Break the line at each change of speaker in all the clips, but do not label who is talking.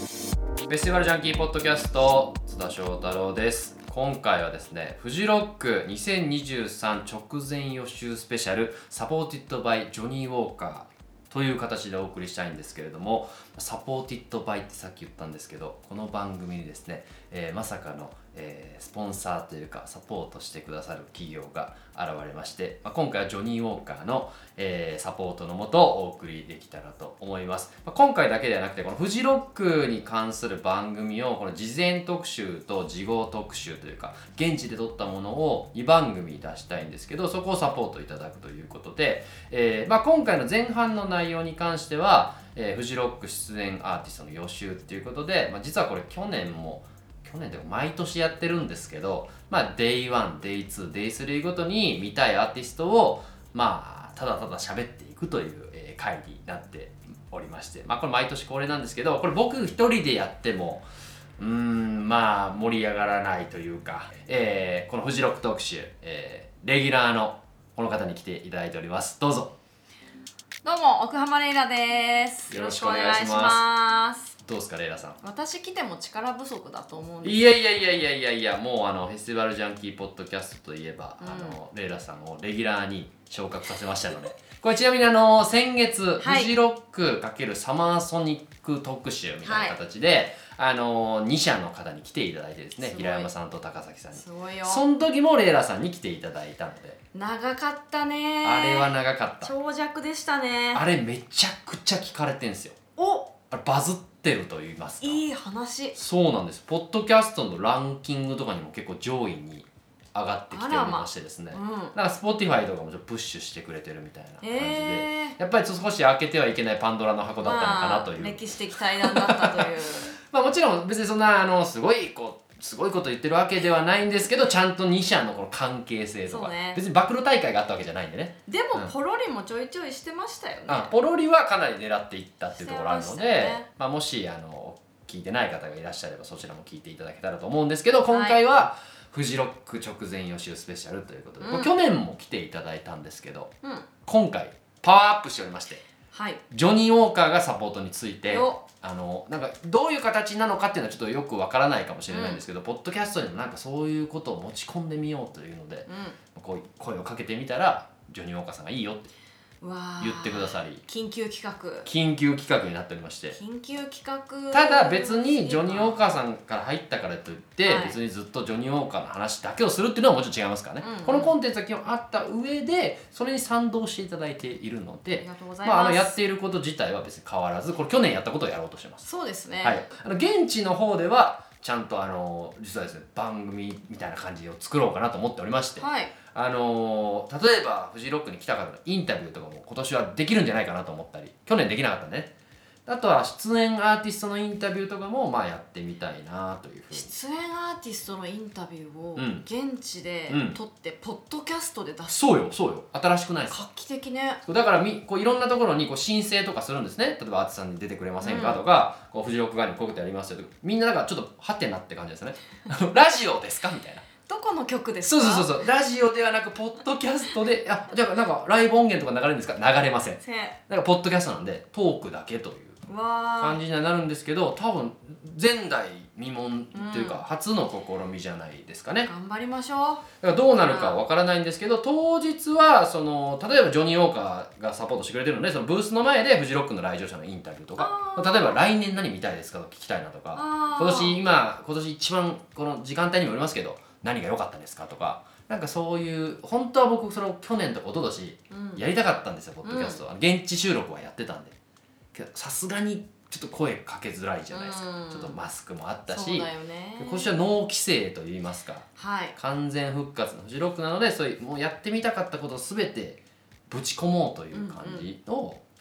フェスティバルジャンキーポッドキャスト津田翔太郎です今回はですねフジロック2023直前予習スペシャルサポーティッドバイジョニー・ウォーカーという形でお送りしたいんですけれどもサポーティッドバイってさっき言ったんですけどこの番組にですね、えーまさかの、えースポンサーというかサポートしてくださる企業が現れまして、まあ、今回はジョニー・ウォーカーの、えーサポートのもとお送りできたらと思います、まあ、今回だけではなくてこのフジロックに関する番組をこの事前特集と事後特集というか現地で撮ったものを2番組出したいんですけどそこをサポートいただくということで、えーまあ、今回の前半の内容に関しては、えーフジロック出演アーティストの予習っていうことで、まあ、実はこれ去年も去年でも毎年やってるんですけど、まあ、Day1、Day2、Day3 ごとに見たいアーティストを、まあ、ただただ喋っていくという、えー回になっておりまして、まあ、これ毎年恒例なんですけど、これ僕一人でやっても、うーん、まあ、盛り上がらないというか、えーこのフジロック特集、えーレギュラーのこの方に来ていただいております。どうぞ。
どうも奥浜レイラです。
よろしくお願いします
よろくお願いします
どうですか、レイラさん。
私来ても力不足だと思うんです。
いやいやいやいやいやいやもうあのフェスティバルジャンキーポッドキャストといえば、
うん
あのレイラさんをレギュラーに昇格させましたのでこれちなみにあの先月、
はい
フジロック×サマーソニック特集みたいな形で、あの2社の方に来ていただいてですね
すごい
平山さんと高崎さんに
すごいよ。
その時もレイラさんに来ていただいたので、
長かったね。
あれは長かった
長尺でしたね。
あれめちゃくちゃ聞かれてんですよ
お
あれバズってると言いますか
いい話。
そうなんですポッドキャストのランキングとかにも結構上位に上がってきておりましてですね、
うん。
なんか Spotify とかもちょっとプッシュしてくれてるみたいな感じで、
ええ
やっぱりちょっと少し開けてはいけないパンドラの箱だったのかなという、まあ
歴史的対談だった という。
もちろん別にそんなあのすごいこうすごいこと言ってるわけではないんですけどちゃんと2社のこの関係性と
そ
か、
うね
別に暴露大会があったわけじゃないんでね
で
うん
もポロリもちょいちょいしてましたよね。
あポロリはかなり狙っていったっていうところあるの
してま
で
したね
まあ、もしあの聞いてない方がいらっしゃればそちらも聞いていただけたらと思うんですけど今回はフジロック直前予習スペシャルということで、
うん
これ去年も来ていただいたんですけど
うん。
今回パワーアップしておりまして
はい。
ジョニー・ウォーカーがサポートについて
よ
あのなんかどういう形なのかっていうのはちょっとよくわからないかもしれないんですけど、ポッドキャストにもなんかそういうことを持ち込んでみようというので
う
こう声をかけてみたらジョニー・ウォーカーさんがいいよって
ん。うわー
言ってくださり
緊急企画。
緊急企画になっておりまして
緊急企画。
ただ別にジョニー・ウォーカーさんから入ったからといって、
はい
別にずっとジョニー・ウォーカーの話だけをするっていうのはもちろん違いますからね、
うんうん
このコンテンツが基本あった上でそれに賛同していただいているの
あり
で
がとうござい
ま
ます。
あ、あのやっていること自体は別に変わらずこれ去年やったことをやろうとしてます、
そうですね。
はい、あの現地の方ではちゃんとあの実はですね番組みたいな感じを作ろうかなと思っておりまして、
はい。
あのー例えばフジロックに来た方のインタビューとかも今年はできるんじゃないかなと思ったり去年できなかったねあとは出演アーティストのインタビューとかもまあやってみたいなというふうに
出演アーティストのインタビューを
うん
現地で
うん
撮って、ポッドキャストで出す
そうよそうよ新しくないです
画期的ね
だからみこういろんなところにこう申請とかするんですね例えばアーティストさんに出てくれませんかとか、こうフジロック側にこういうことやりますよとかみんななんかちょっとハテナって感じですね あのラジオですかみたいな
どこの曲です
そう
か
そうそうそうラジオではなくポッドキャストであじゃあなんかライブ音源とか流れるんですか流れません
せ
なんかポッドキャストなんでトークだけという
わ
感じにはなるんですけど多分前代未聞というか
うん
初の試みじゃないですかね、
ー頑張りましょ
だからどうなるかわからないんですけど当日はその例えばジョニー・ウォーカーがサポートしてくれてるのでそのブースの前でフジロックの来場者のインタビューとか
あ
例
ー
えば来年何見たいですかとか聞きたいなとか
あー
今年今今年一番この時間帯にもよりますけど何が良かったですかとかなんかそういう本当は僕それを去年とか一昨年
う、うん、
やりたかったんですよ、ポッドキャストは現地収録はやってたんでけどさすがにちょっと声かけづらいじゃないですか、
うん
ちょっとマスクもあった
そう
し
だよね
今年は脳規制といいますか
はい
完全復活のフジロックなのでそういうもうやってみたかったことを全てぶち込もうという感じを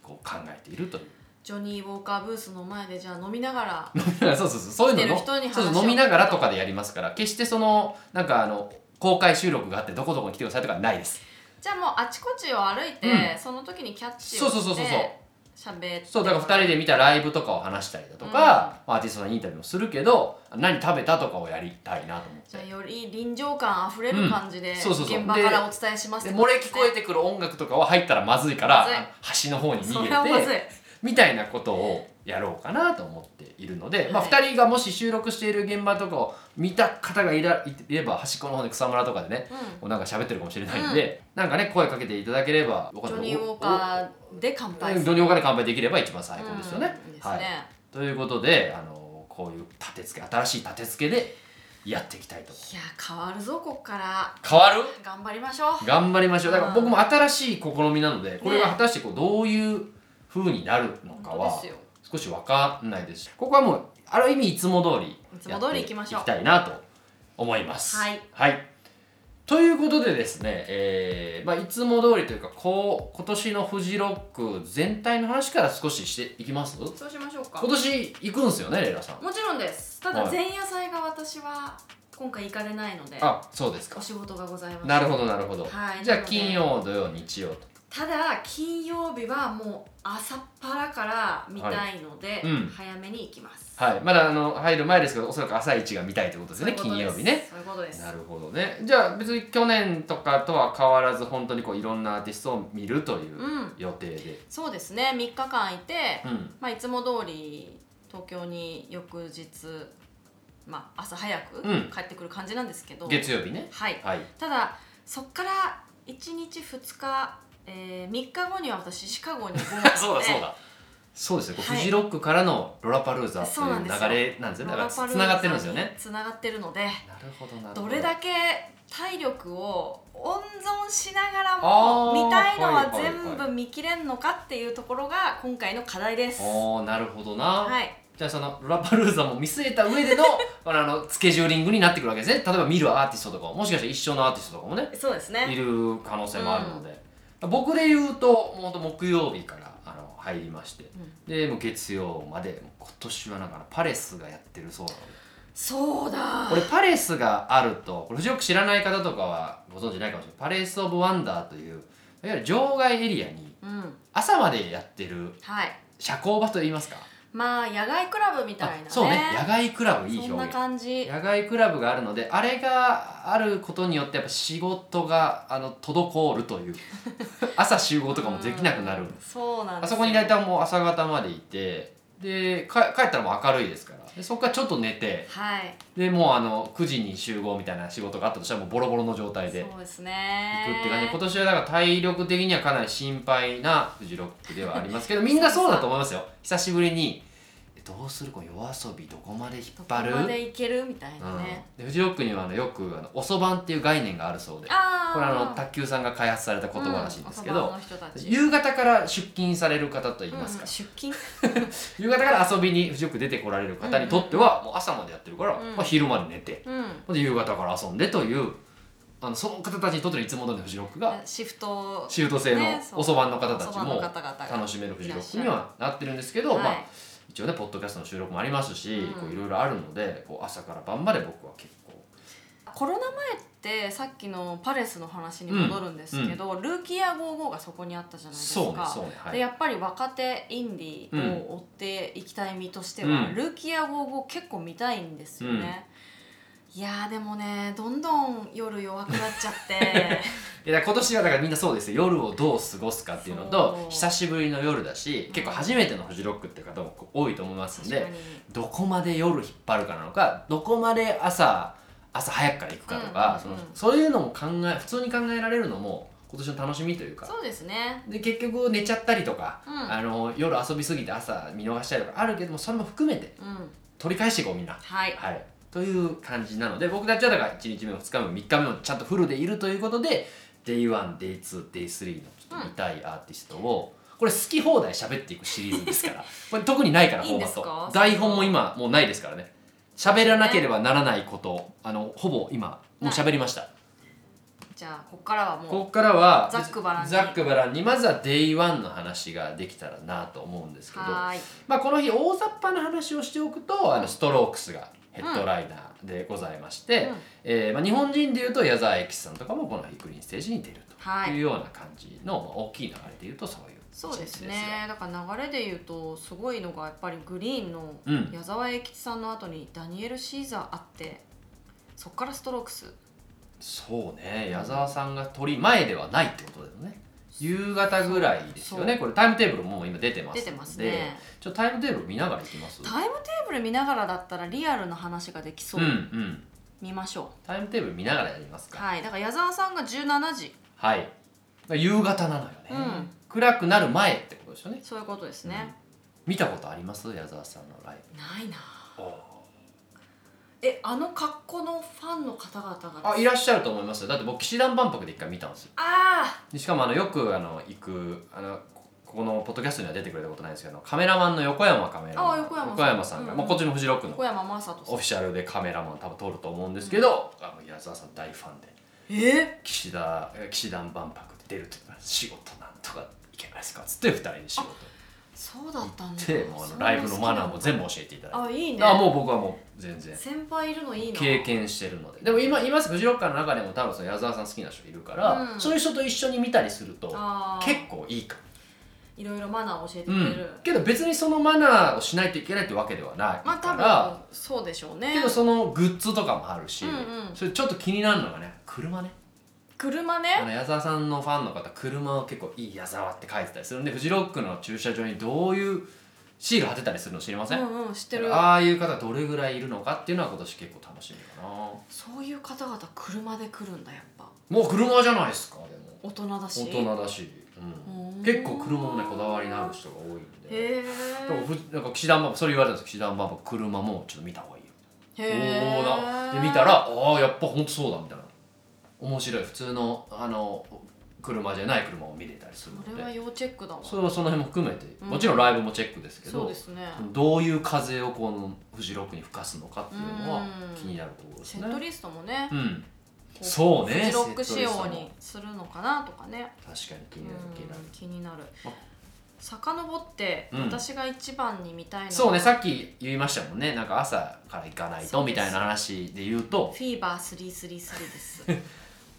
こう考えているという、
ジョニー・ウォーカーブースの前でじゃあ飲みながら
そうそうそうそういうのの
来てる人に話を
そうそう飲みながらとかでやりますから決してそのなんかあの公開収録があってどこどこに来てくださいとかはないです
じゃあもうあちこちを歩いて、
う
その時にキャッチ
そ
を
うそうそう
し
そう
て
そう
喋って
そうだから2人で見たライブとかを話したりだとか、まあアーティストさんにインタビューもするけど何食べたとかをやりたいなと思
じゃあ
っ
より臨場感あふれる感じで、
うんそうそうそう
現場からお伝えします
て
っ
で
て
漏
こと
れ
です
聞
ね
こえてくる音楽とかは入ったらまずいから
まずい
あの端の方に逃
それはま
げ
ずい
てみたいなことをやろうかなと思っているので、まあ、
はい
2人がもし収録している現場とかを見た方がいらいれば端っこの方で草むらとかでね
う
こうなんか喋ってるかもしれないんで、なんかね声かけていただければ
ん、ジョニー・ウォーカーで乾杯
ー
する
ドニーウォーカーで乾杯できれば一番最高ですよね。
うんいいですね、
はい、ということであのこういう立て付け新しい立て付けでやっていきたいと思
いや変わるぞこっから
う変わる
頑張りましょう
頑張りましょうだから
うん
僕も新しい試みなのでこれが
ね
果たしてこうどういう風になるのか
本当
は
ですよ
少し分かんないですしここはもうある意味いつも通り
つも通り行きましょう
やっていきたいなと思います。
はい、
ということでですね、えーまあ、いつも通りというかこう今年のフジロック全体の話から少ししていきます今
そうしましょうか
年行くんですよねレイラさん。
もちろんですた
は
だ
い
前夜祭が私は今回行かれないので
あそうですか
お。仕事がございます
なるほどなるほど。
はい
じゃあ
なので
金曜土曜日曜と。
ただ金曜日はもう朝っぱらから見たいので、
うん
早めに行きます
はい、まだあの入る前ですけどおそらく朝一が見たいということです
そうい
ね
うこと
金
で
曜
す
日ね。
そういうことです
なるほどねじゃあ別に去年とかとは変わらず本当にこういろんなアーティストを見るという
うん
予定で、
そうですね3日間いて、
うん、
まあ、いつも通り東京に翌日、まあ、朝早く
うん
帰ってくる感じなんですけど、
月曜日ね
はい、
はい
ただそっから1日2日、えー、3日後には私シカゴに行くので
そうだそうだそうですよ、こう
はい
フジロックからのロラパルーザと
そうなん
い
です
う
よ
流れなんですよねだからつながってるんですよね
つながってるので
なるほどなるほ
ど
ど
れだけ体力を温存しながら
あー
も見たいのは
はいはいはい
全部見切れんのかっていうところが今回の課題です。は
おーなるほどな、
い、
じゃあそのロラパルーザも見据えた上での このあのスケジューリングになってくるわけですね例えば見るアーティストとかももしかしたら一緒のアーティストとかもね
そうです
い
ね。
る可能性もあるので、僕で言うともうほんと木曜日からあの入りましてでもう月曜までもう今年はなんかなパレスがやってるそうなので
そうだ。
これパレスがあるとこれフジロック知らない方とかはご存知ないかもしれないパレス・オブ・ワンダーといういわゆる場外エリアに
うん、
朝までやってる
はい。
社交場といいますか
まあ野外クラブみたいなね
あ。そうね野外クラブいい
そん
表
な
現
感じ。
野外クラブがあるのであれがあることによってやっぱ仕事があの滞るという 朝集合とかもできなくなる
うんそうなん
あ
です
そ
よ。
こに大体もう朝方までいてでか帰ったらもう明るいですからでそこからちょっと寝て
はい。
でもうあの9時に集合みたいな仕事があったとしたらもうボロボロの状態で行く
そうです
って感じで
ね。
今年はだから体力的にはかなり心配なフジロックではありますけどみんなそうだと思いますよ久しぶりにえどうするこの夜遊びどこまで引っ張る
どこまでいけるみたいなね。
うん、でフジロックにはあのよくあの遅番っていう概念があるそうで
ああ。
これあの卓球さんが開発された言葉らしいんですけ
うんおそば
ど、
の人たち
夕方から出勤される方といいます
うんう
か
ん、出勤。
夕方から遊びにフジロック出てこられる方にとってはもう朝までやってるから、
うん
まあ、昼まで寝て
うん。
で夕方から遊んでというあのその方たちにとってのいつも通りのフジロックが
シフト
シフト制の
ねそう
おそばの方たち
おそばの
も
方々が
楽しめるフジロックにはなってるんですけど、
はい
まあ、一応ねポッドキャストの収録もありますし
うん
こういろいろあるのでこう朝から晩まで僕は結構
コロナ前ってさっきのパレスの話に戻るんですけど、ルーキーや55がそこにあったじゃないですか
そうねそうねは
で
い
やっぱり若手インディーを追っていきたい身としては、
うん
ルーキーや55結構見たいんですよね、いやーでもねどんどん夜弱くなっちゃって
いやだから今年はだからみんなそうですよ夜をどう過ごすかっていうの
そ
と
う
久しぶりの夜だし結構初めてのフジロックって方も多いと思いますん
確
で
かに
どこまで夜引っ張るかなのかどこまで朝朝早くから行くかとか、
うんうんうん
そのそういうのも考え普通に考えられるのも今年の楽しみというか
そうですね
で結局寝ちゃったりとか、
うん
あの夜遊びすぎて朝見逃したりとかあるけどもそれも含めて
うん
取り返していこうみんな。
はい
はい、という感じなので僕たちはだから1日目も2日目も3日目もちゃんとフルでいるということで Day1Day2Day3 のちょっと見たいアーティストを、これ好き放題喋っていくシリーズですから これ特にないから
い
フォー
いん
マ
で
ッ
す
ト
か
台本も今もうないですからね喋らなければならないことあのほぼ今もう喋りました
じゃあここからはも
ここからは
ざっくばらんに
ざっくばらんにまずは Day1 の話ができたらなと思うんです
う
けど
はーい
まあ、この日大雑把な話をしておくとあのストロークスがヘッドライナーでございまして、
うん
えーまあ、日本人でいうと矢沢永吉さんとかもこの日グリーンステージに出る
は
とい
いう
ような感じの、まあ、大きい流れでいうとそういう
そうです
一日よ
ねだから流れで言うとすごいのがやっぱりグリーンの
うん
矢沢永吉さんの後にダニエル・シーザーあってそっからストロークス
そうね矢沢さんが取り前ではないってことだよね夕方ぐらいですよねこれタイムテーブルもう今出てます
出
んで
てますね
ちょっとタイムテーブル見ながらいきます
タイムテーブル見ながらだったらリアルな話ができそう、
うんうん
見ましょ
タイムテーブル見ながらやります
う
か
はいだから矢沢さんが17時
はい夕方なのよね、
うん
暗くなる前ってことですよね
そういうことですね、
見たことあります矢沢さんのライ
ないな
ブ
えあの格好のファンの方々が
あいらっしゃると思いますよだって僕騎士団万博で一回見たんですよ
あ
でしかもあのよくあの行くあのこここのポッドキャストには出てくれたことないんですけどカメラマンの横山カメラマン
あ横山さ
さ
ん
んが、
うん
まあ、こっちのフジロック
ー
の
小山雅人さ
オ
ん
フィシャルでカメラマン多分撮ると思うんですけど、あの矢沢さん大ファンで
え
岸田え岸田万博で出るとか仕事なんとかいけないですかっつって二人で仕事
そうだったんだ
でもうあのライブのマナーも全部教えていただい
あいい
て、
ね
あもう僕はもう全然
先輩いるのいいな
経験してるのででも今いますフジロッカーの中でも多分その矢沢さん好きな人いるから、
うん
そういう人と一緒に見たりすると
あー
結構いいかも
いろいろマナーを教えて
う
くれる、
ん、けど別にそのマナーをしないといけないってわけではない
ま
か
あ
ら、
多分そうでしょうね
けどそのグッズとかもあるし、
うんうん
それちょっと気になるのがね車ね
車
あ
ね
の矢沢さんのファンの方車を結構いい矢沢って書いてたりするんでフジロックの駐車場にどういうシール貼ってたりするの知りま
う
せん、
んうん知ってる
ああいう方どれぐらいいるのかっていうのは今年結構楽しみかな
そういう方々車で来るんだやっぱ
もう車じゃないですかでも
大人だし
大人だし、
う
うんん、結構車もねこだわりのある人が多いんで
へ
だからふなんか騎士団万博それ言われたんですけど騎士団万博車もちょっと見た方がいいよ
え
おおなで見たらああやっぱほんとそうだみたいな面白い普通のあの車じゃない車を見れたりする
これ
の
は
で
要チェックだわ
それはその辺も含めて
うん
もちろんライブもチェックですけ
そう
ど、
ですね
どういう風をこのフジロックに吹かすのかっていうのは
うん
気になるところです
セ
ね
ットリストもね
うん
こ
そうね
フジロック仕
セッ
様
トリスト
にするのかなとかね
確かに気
うん
になる気になる
気になる
あ
遡って
うん
私が一番に見たいのは
そうねさっき言いましたもんねなんか朝から行かない
そ
と
うで
み
す
たいな話で言うと
フィーバー333です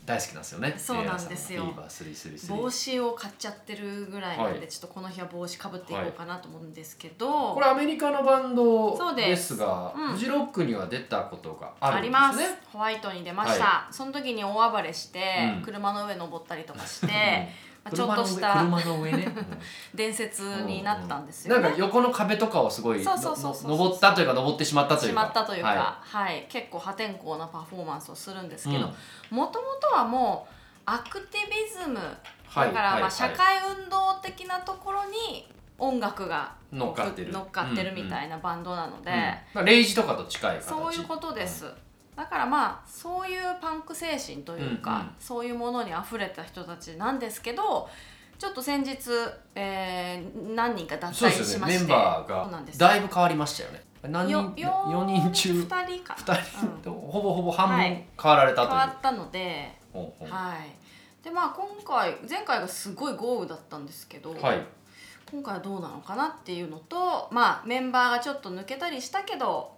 大好きなんですよね
そうなんですよ
レイラさんのフィーバースリースリースリー
帽子を買っちゃってるぐらいなん
は
で
い
ちょっとこの日は帽子かぶっていこうかなと思うんですけど、
これアメリカのバン
そ
ド
うで
ですすが
うん
フジロックには出たことがあ
あ
る
り
ん
ます
ですね。
ホワイトに出ました、その時に大暴れして、
うん
車の上登ったりとかしてまあちょ
車の
っと
上
した
車の上 ね
伝説
うん
になったんですよ
な
ね、
んか横の壁とかをすごい
そ
の
うそうそう
の
そう
登ったというか登ってしまったという
し
か
まったというか、
は
はい結構破天荒なパフォーマンスをするんです
い
け
うん
どもともとはもうアクティビズム
はい
だから
はいは
まあ
い
社会運動的なところに音楽が
乗っかってる
乗っかってるみた
い
いなバンドなので、
なレイジとかと近い形
そういうことです、だからまあそういうパンク精神というか、
うんうん
そういうものにあふれた人たちなんですけどちょっと先日、えー何人か脱
そう
退
です
し
よ
ま
ね
して
メンバー
そうなんです
がだいぶ変わりましたよね何人
よよ
4人中
2
2
人かな
人
うん
とほぼほぼ半分
はい
変わられた
変
と
わ
いう
ったので、
ほうほう
はいでまあ今回前回がすごい豪雨だったんですけど、
はい
今回はどうなのかなっていうのとまあメンバーがちょっと抜けたりしたけど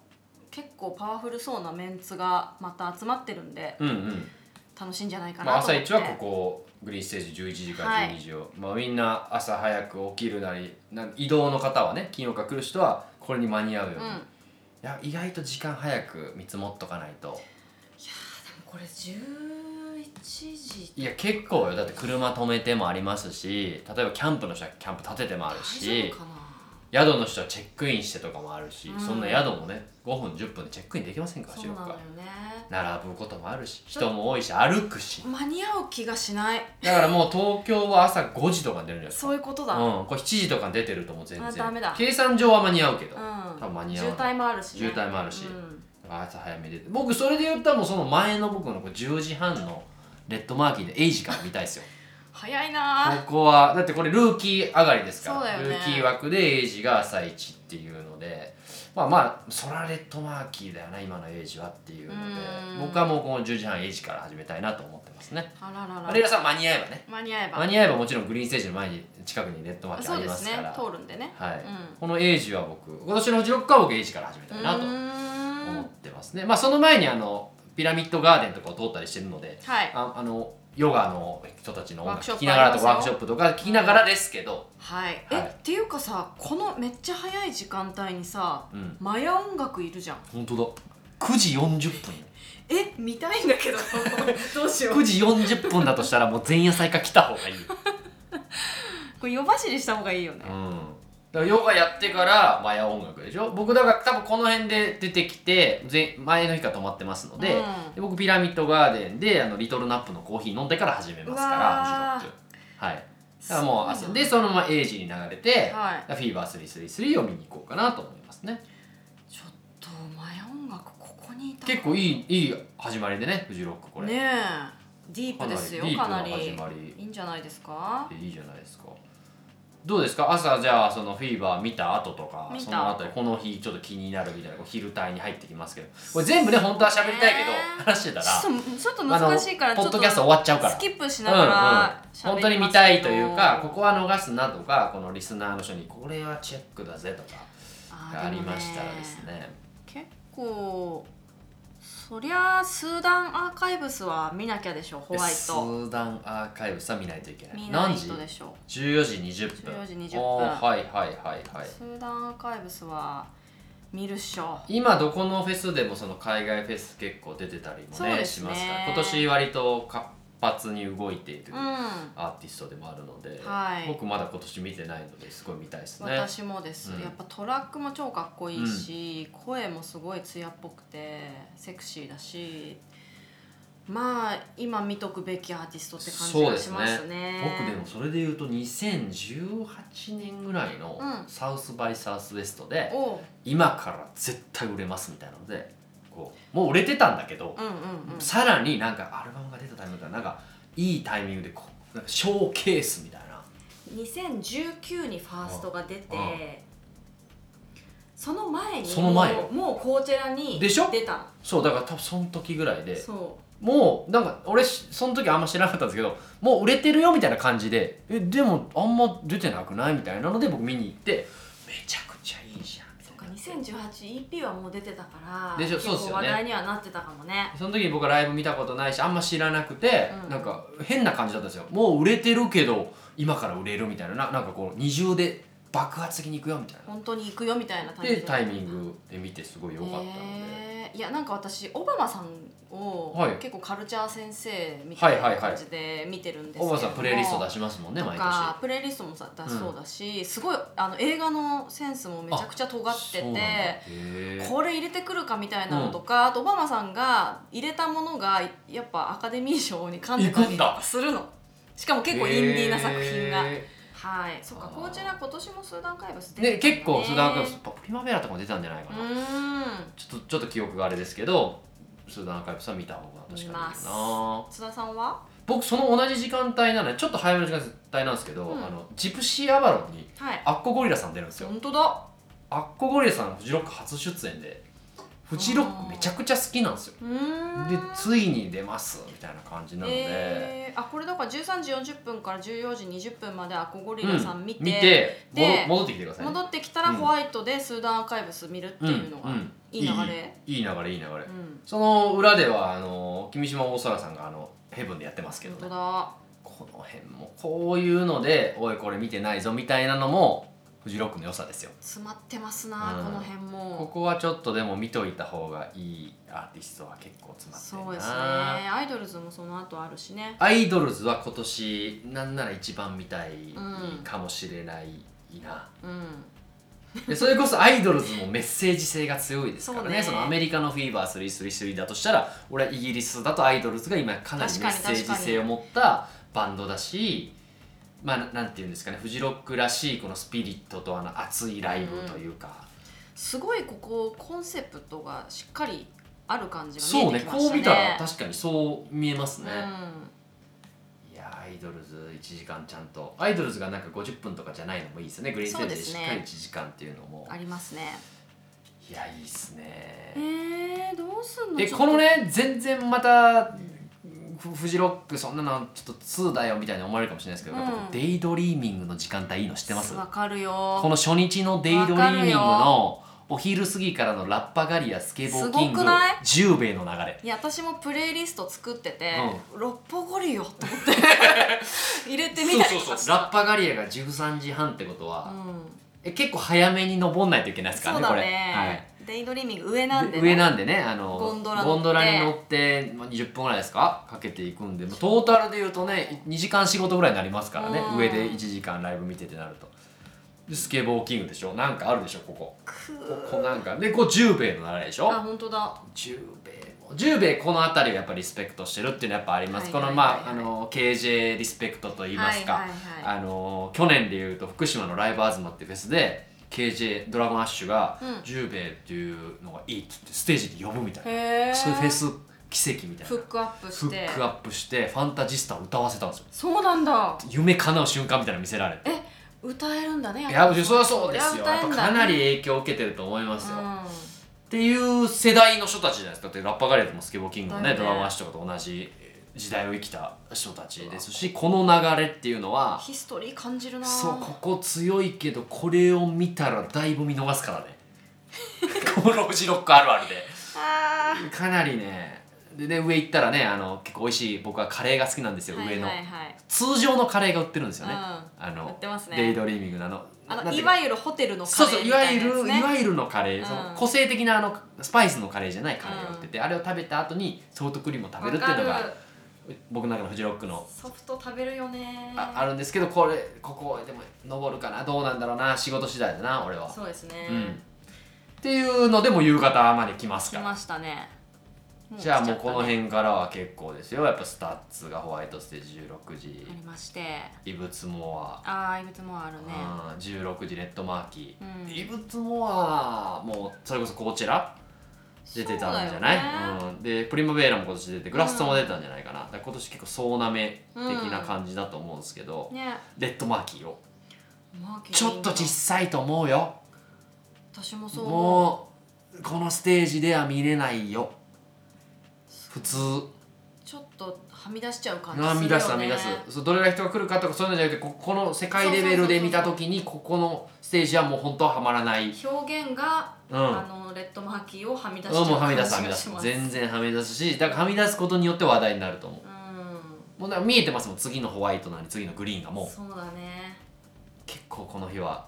結構パワフルそうなメンツがまた集まってるんで
うんうん
楽しいんじゃないか
まあ、
なと
朝
思っ
一
て、
はここグリーンステージ11時から12時を、まあ、みんな朝早く起きるなりなん移動の方はね金曜から来る人はこれに間に合うように、
うん
いや意外と時間早く見積もっとかないと
これ11時
いや結構よだって車止めてもありますし例えばキャンプの人はキャンプ立ててもある
大
し
丈夫かな
宿の人はチェックインしてとかもあるし、
うん
そんな宿もね5分10分でチェックインできませんから
そう
収
な
録
の
は
よね
並ぶこともあるし人も多いし歩くし
間に合う気がしない
だからもう東京は朝5時とかに出るんじゃないですか
そういうことだ、うん
うん、これ7時とかに出てるともう全
あ
然
ダメだ
計算上は間に合うけど、多分間に合
渋
わない
滞もあるし、ね、
渋滞もあるし
うん
朝早めに出て僕それで言ったらもうその前の僕のこう10時半のレッドマーキーで0時から見たいですよ
早い
こ
な
こはだってこれルーキー上がりですから
そうだよね
ルーキー枠で0時が朝一っていうのでまあまあそらレッドマーキーだよな今の0時はっていうので
うん
僕はもうこの10時半0時から始めたいなと思ってますね
あらら
まあ
ら
レイラさん間に合えばね
間に合えば
間に合えばもちろんグリーンステージの前に近くにレッドマーキー
そ
あ
う
り
で
ますすか
ね
ら
通るんでね
はい、
うん
このエイジは僕今年のフジロックは僕エイジから始めたいなと
う
思
ーん
ってますね、まあその前にあのピラミッドガーデンとかを通ったりしてるので
はい
ああのヨガの人たちの音
ワーク
楽聴き
ショップ
ながらとか
あ
ワ
り
ーク
ま
シ
すよ
ョップとか聞きながらですけど、
はい、
はい
えっていうかさこのめっちゃ早い時間帯にさ
うん、
マヤ音楽いるじゃん
本当だ9時40分
え見 たいんだけどどうしよう
9時40分だとしたらもう前夜祭か来た方がいい
これ夜走りした方がいいよね、
だからヨガやってからマヤ音楽でしょ僕だから多分この辺で出てきて前前の日から泊まってますので,、
うん
で僕ピラミッドガーデンであのリトルナップのコーヒー飲んでから始めますか
う
ら
わー
フジロックはいだからもう朝でそのまま0時に流れて、
は
フィーバー333を見に行こうかなと思いますね
いちょっとマヤ音楽ここにいた
結構いいいい始まりでねフジロックこれ、
ねえディープですよ
か
か
な
な
り
り
ディープな始まり
いいんじゃないですか
いいじゃないですかどうですか朝じゃあそのフィーバー見た後とか
見た
その後この日ちょっと気になるみたいなこう昼帯に入ってきますけどこれ全部ね本当は喋りたいけど、
ね
話してたら
ちょっとちょっと難しいから
あの
ち
ポ
ょ
ッ
っ
ド
と
キャスト終わっちゃうから
スキップしながら
うんうん、本当に見たいというかここは逃すなとかこのリスナーの人にこれはチェックだぜとかがありましたらですね
結構そりゃスーダンアーカイブスは見なきゃでしょホワイ
ス
ト
ーダンアーカイブさ見ないといけない
見な
何
い
時
とでしょ
?14 時20分
14時20分
おーはいはいはいはい
スーダンアーカイブスは見るっしょ
今どこのフェスでもその海外フェス結構出てたりも
そう
ね
です
し
ね
ますから今年割と活発に動いている
うん
アーティストでもあるので、
はい
僕まだ今年見てないのですごい見たいですね。
私もです、
うん
やっぱトラックも超かっこいいし、声もすごい艶っぽくてセクシーだしまあ今見とくべきアーティストって感じ
そう
が
です
し
ね
ますね
僕でもそれで言うと2018年ぐらいの
うん
サウスバイサウスウェストで
おう
今から絶対売れますみたいなのでこうもう売れてたんだけど、
うんうんうん
さらになんかアルバムが出たタイミングだなんかいいタイミングでこうなんかショーケースみたいな
2019にファーストが出て
うんうん
その前に
その前よ
もうもうコーチェラに
でしょ
出たの
そうだから多分その時ぐらいで
そ
もうなんか俺しその時あんま知らなかったんですけどもう売れてるよみたいな感じでえでもあんま出てなくないみたいなので僕見に行ってめちゃくちゃいいじゃん
うそっか 2018EP はもう出てたから
でしょ
結
そうっす
構
よ
話
ね
題にはなってたかもね
その時に僕はライブ見たことないしあんま知らなくて、
うん
なんか変な感じだったんですよもう売れてるけど今から売れるみたいなななんかこう二重で爆発的に行くよみたいな
本当に行くよみたいな
でタイミン
グ
グで見てすごい良かったので、
えーいやなんか私オバマさんを、
はい
結構カルチャー先生みたい
はい
な
はいはい
感じで見てるんですけど
おばさんプレイリスト出
し
しますもんね
と
毎年
かプレイリストもさ出そうだし、すごいあの映画のセンスもめちゃくちゃ尖っ
そ
て
うなんだ
て。
へー
これ入れてくるかみたいなのとか、あとオバマさんが入れたものがやっぱアカデミー賞に噛んでた
行くん
りと
だ
かするのしかも結構インディーな作品が、
へー
はいそっか
あー
こちら今年もスーダンカイブス出てたん
ね、
だ
結構スーダンカイブスパプリマベラとかも出たんじゃないか
う
な、
ーん
ちょっとちょっと記憶があれですけどスーダンカイブスは見た方が確かにいい
見ます
な
津田さんは
僕その同じ時間帯なのでちょっと早めの時間帯なんですけど、
うん
あのジプシーアバロンに
はい
アッコゴリラさん出るんですよ
本当だ
アッコゴリラさんフジロック初出演でフジロックめちゃくちゃ好きなんですよ
うーん
でついに出ますみたいな感じなので、
えーあこれだから13時40分から14時20分までアコゴリラさん見て,、
う見ても
で
戻ってきてくださいね
戻ってきたら
うん
ホワイトでスーダンアーカイブス見るっていうのが、
んん
いい流れ
いいいい流れいい流れ、
うん、
その裏ではあの君島大空さんがあのヘブンでやってますけど
本当
ね
だ
この辺もこういうのでおいこれ見てないぞみたいなのもフジロックの良さですよ
詰まってますな、
うん
この辺
こ
も
こはちょっとでも見といた方がいいアーティストは結構詰まってるな
そうですねアイドルズもその後あるしね
アイドルズは今年なんなら一番見たいかもしれないな、
うん
でそれこそアイドルズもメッセージ性が強いですからね
そう
そ
ね
のアメリカのフィーバー333だとしたら俺はイギリスだとアイドルズが今かなりメ
確
ッ
かに
セージ性を持ったバンドだしまあななんていうんですかねフジロックらしいこのスピリットとあの熱いライブというか、
すごいここコンセプトがしっかりある感じが
そう
見え
ね
てきま
こ
したね
う見たら確かにそう見えますね、
うん
いやアイドルズ1時間ちゃんとアイドルズがなんか50分とかじゃないのもいいですよねグリーンステージでしっかり1時間っていうのも
ありますね
いやいいっすね
えー、どうすんの
で
ちょっ
ことのね全然またフフジロックそんなのちょっと2だよみたいに思われるかもしれないですけど、
うん
やっぱこうデイドリーミングの時間帯いいの知ってます
わ
こ
かるよ
の初日のデイドリーミングのお昼過ぎからのラッパガリアスケボーキング
すごくない
10名の流れ
いや私もプレイリスト作ってて「六方ゴリよ」と思っ て入れてみたり
そう
と
そう
かし
そう
た
ラッパガリアが13時半ってことは、
うん
え結構早めに登んないといけないですか
そ
ら
う
ねこ
だ
れ、
ね、デイドリーミング上なんで、ね、
上なんでねあの
ゴンドラ乗って
ゴンドラに乗ってまあ20分ぐらいですかかけていくんでもうトータルで言うとね2時間仕事ぐらいになりますからね
うん
上で1時間ライブ見ててなるとでスケボーキングでしょなんかあるでしょここ
く
ここ
ー
なんかでこう十兵衛の流れでしょ
あ本当だ
十兵衛も十兵衛この辺りをやっぱリスペクトしてるっていうのはやっぱあります、
はい
こ
はい
のまああ
はいはい
の KJ リスペクトと言いますか、
はいはいはい
あの去年でいうと福島のライブアズマっていうフェスで KJ ドラゴンアッシュが
うん
十兵衛っていうのがいいっつってステージに呼ぶみたいな、
へえ
そういうフェス奇跡みたいな
フックアップ
フ
して
ックアップしてファンタジスタを歌わせたんですよ
そうなんだ
夢叶う瞬間みたいなの見せられて
え歌えるんだね
いやそりゃそうですよ
そりゃ
やっ
歌え
ぱ
んだ
かなり影響を受けてると思いますよ、
う
っていう世代の人たちじゃないですかだってラッパガレーともスケボーキングもね
だよね
ドラマーシュとかと同じ時代を生きた人たちですしこの流れっていうの
ん
は
ヒストリー感じるな
そうここ強いけどこれを見たらだいぶ見逃すからね このフジロックあるあるで
あー
かなりねでね上行ったらねあの結構美味しい僕はカレーが好きなんですよ、
はい
上の
はいはい
通常のカレーが売ってるんですよね、
うん
あの
売ってますね
デイドリーミングのあのな
あの
んて
いう
か
わゆるホテルのカ
そう
レ
そ
ー
う
み
いわ
たい
ゆ
なやつ
る、
ね
いわゆるのカレー、
うん
その個性的なあのスパイスのカレーじゃないカレーを売ってて、あれを食べた後にソフトクリームを食べるっていうの
わかる
が僕の中のフジロックの
ソフト食べるよね
ああるんですけどこれここでも登るかなどうなんだろうな仕事次第だな俺は
そうですね、
うんっていうのでもう夕方まで来ます
来
から
ましたね来
じ
ち
ゃあ
った
も
ね
うこの辺からは結構ですよやっぱスタッツがホワイトステージ16時
ありまして
異物モア
ああいくつもあるね
うん16時レッドマーキー、
うん
異物モアもうそれこそコーチェラ出てたんじゃない
そうう、
ん、でプリマベーラも今年出てグラストも出たんじゃないかな、だから今年結構総なめ的な感じだと思うんですけど、
だよねね
レッドマーキーを
マーケテ
ち
ィン
ょ
グ
っと小さいと思うよ
私もそう思う
もうこのステージでは見れないよ普通
ちょっとはみ出しちゃう感じする
は
よ、ね、
み出すはみ出すそうどれぐらい人が来るかとかそういうのじゃなくてここの世界レベルで見た時にここのステージはもう本当ははまらない
表現が、
うん
あのレッドマーキーをはみ出しちゃ
うん
う
もうはみ出
感じ
すはみ
が
出
し
す
ます
全然はみ出すしだからはみ出すことによって話題になると思う
う
もうだから見えてますもん次のホワイトなり次のグリーンが
ん
もう
そうだね
結構この日は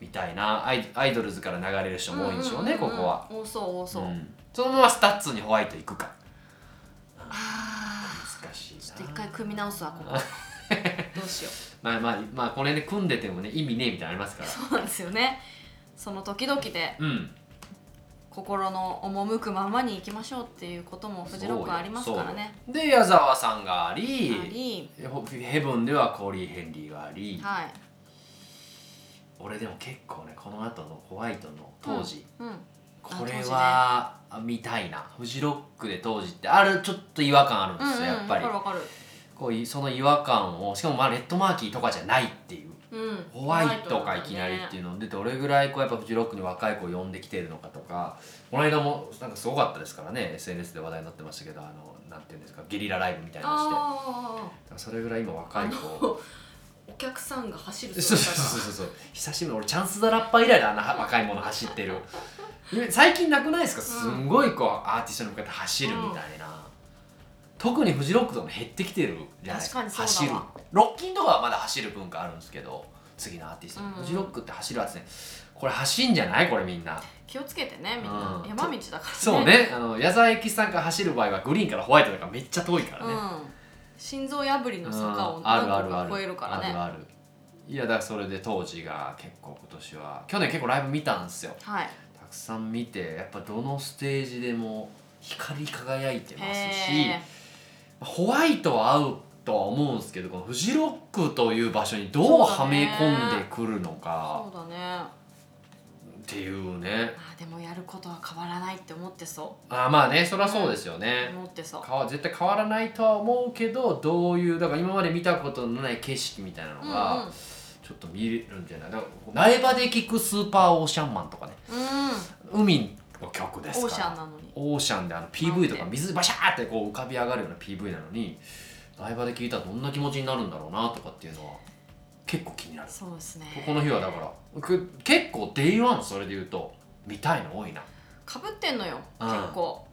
見たいなアイアイドルズから流れる人も多いんでしょうね、
んんん
ここは、
多そう多そう、
んそのままスタッツにホワイト行くか
あ
難しいな
ーちょっと一回組み直すわここどうしよう
まあまあまあこの辺で組んでてもね意味ねえみたいなのありますから
そうなんですよねその時々で
うん
心の赴くままに行きましょうっていうこともフジロックはありますからね
そうよで矢沢さんがあり
あり
ホヘブンではコーリー・ヘンリーがあり、
はい
俺でも結構ねこの後のホワイトの当時、
うん、うん
これは見たいなフジロックで当時ってあるちょっと違和感あるんですよ、やっぱり
わかるわか
こういその違和感をしかもまあレッドマーキーとかじゃないっていう
る、うん、
ホワイトがいきなりっていううのでどれぐらいこうやっぱフジロックに若い子を呼んできてるのかとかこの間もなんかすごかったですからね SNS で話題になってましたけどあのなんていうんですかゲリラライブみたいなのしてだか
ああ
らそれぐらい今若い子を
お客さんが走る
そうそうそうそうそう 久しぶり俺チャンス・ザ・ラッパー以来だあのは若い者走ってる最近なくないですかすんごいこうアーティストに向かって走るみたいな、特にフジロックとかも減ってきてるじゃないですか
確かにそうだわ
走るロッキンとかはまだ走る文化あるんですけど次のアーティスト、
うん
フジロックって走るアーティストねこれ走んじゃないこれみんな
気をつけてねみんな、
うん
山道だからね
そうねあの矢沢永吉さんが走る場合はグリーンからホワイトだからめっちゃ遠いからね、
うん、心臓破りの坂を
うんあるあ
何度
るあ
か
る
超えるからね
あるあるいやだからそれで当時が結構今年は去年結構ライブ見たんですよ
はい
たくさん見てやっぱどのステージでも光り輝いてますし
へ
ホワイトは合うとは思うんですけどこのフジロックという場所にどう
そ
は
うだ
め
ね
込んでくるの
ー
か
そうだね
っていうね
あーでもやることは変わらないって思ってそ
あまあねそりゃそうですよ
う
ね
思ってそう
変わ絶対変わらないとは思うけどどういうだから今まで見たことのない景色みたいなのが、
うんうん
ちょっと見れるんじゃないだから苗場で聴くスーパーオーシャンマンとかね
うん
海の曲ですから
オーシャンなのに
オーシャンであの PV とか水バシャーってこう浮かび上がるような PV なのにライバーで聞いたらどんな気持ちになるんだろうなとかっていうのは結構気になる
そうですね
ここの日はだからく結構 Day1 それで言うと見たいの多いな
かぶってんのよ
うん
結構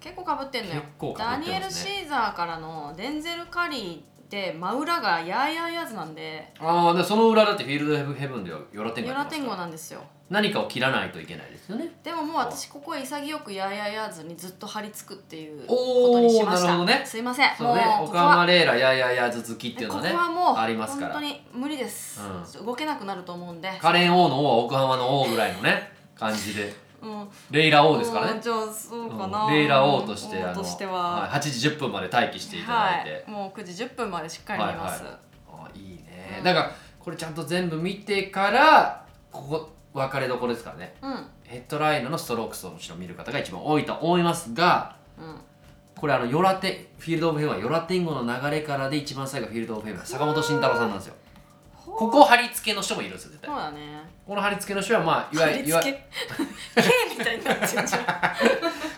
結構かぶってんのよ
結構被ってますね
ダニエル・シーザーからのデンゼル・カリーって真裏がヤーヤーヤーズなんで
ああでその裏だってフィールドヘブンではヨラ天
ヨ
狗
ラ天狗
な
なんですよ
何かを切らないといけないですよね
でももう私ここは潔くヤーヤーヤーズにずっと張り付くっていうこ
おー
とにしました
なるほどね
すいません
そうね
もうここ
岡山
は
レイラやややずきっていうの
ここ
はね
はもう
ありますか
本
ら
当に無理です、
うん
ちょっと動けなくなると思うんで
カレン王の王は奥浜の王ぐらいのね感じで
うん
レイラ王ですから
もう
ね
じゃあそうかな、
うんレイラ王として
王
あの
として
はい
は、
8時10分まで待機していただいて、
はい、もう9時10分までしっかり見ます、
はいはいあいいね、
うん
だからこれちゃんと全部見てからここ別れどころですからねヘッドライナーのストロークスをもちろん見る方が一番多いと思いますが
うんうん
これあのヨラテフィールド・オブ・ヘブンはヨラテンゴの流れからで一番最後フィールド・オブ・ヘブンは坂本慎太郎さんなんですよ
ほう
ここ貼り付けの人もいるんですよ絶対
そうだね
この貼り付けの人はまあいわ
貼
ゆ
り
るいわ
付
ゆる
け K みたいになっちゃうじゃん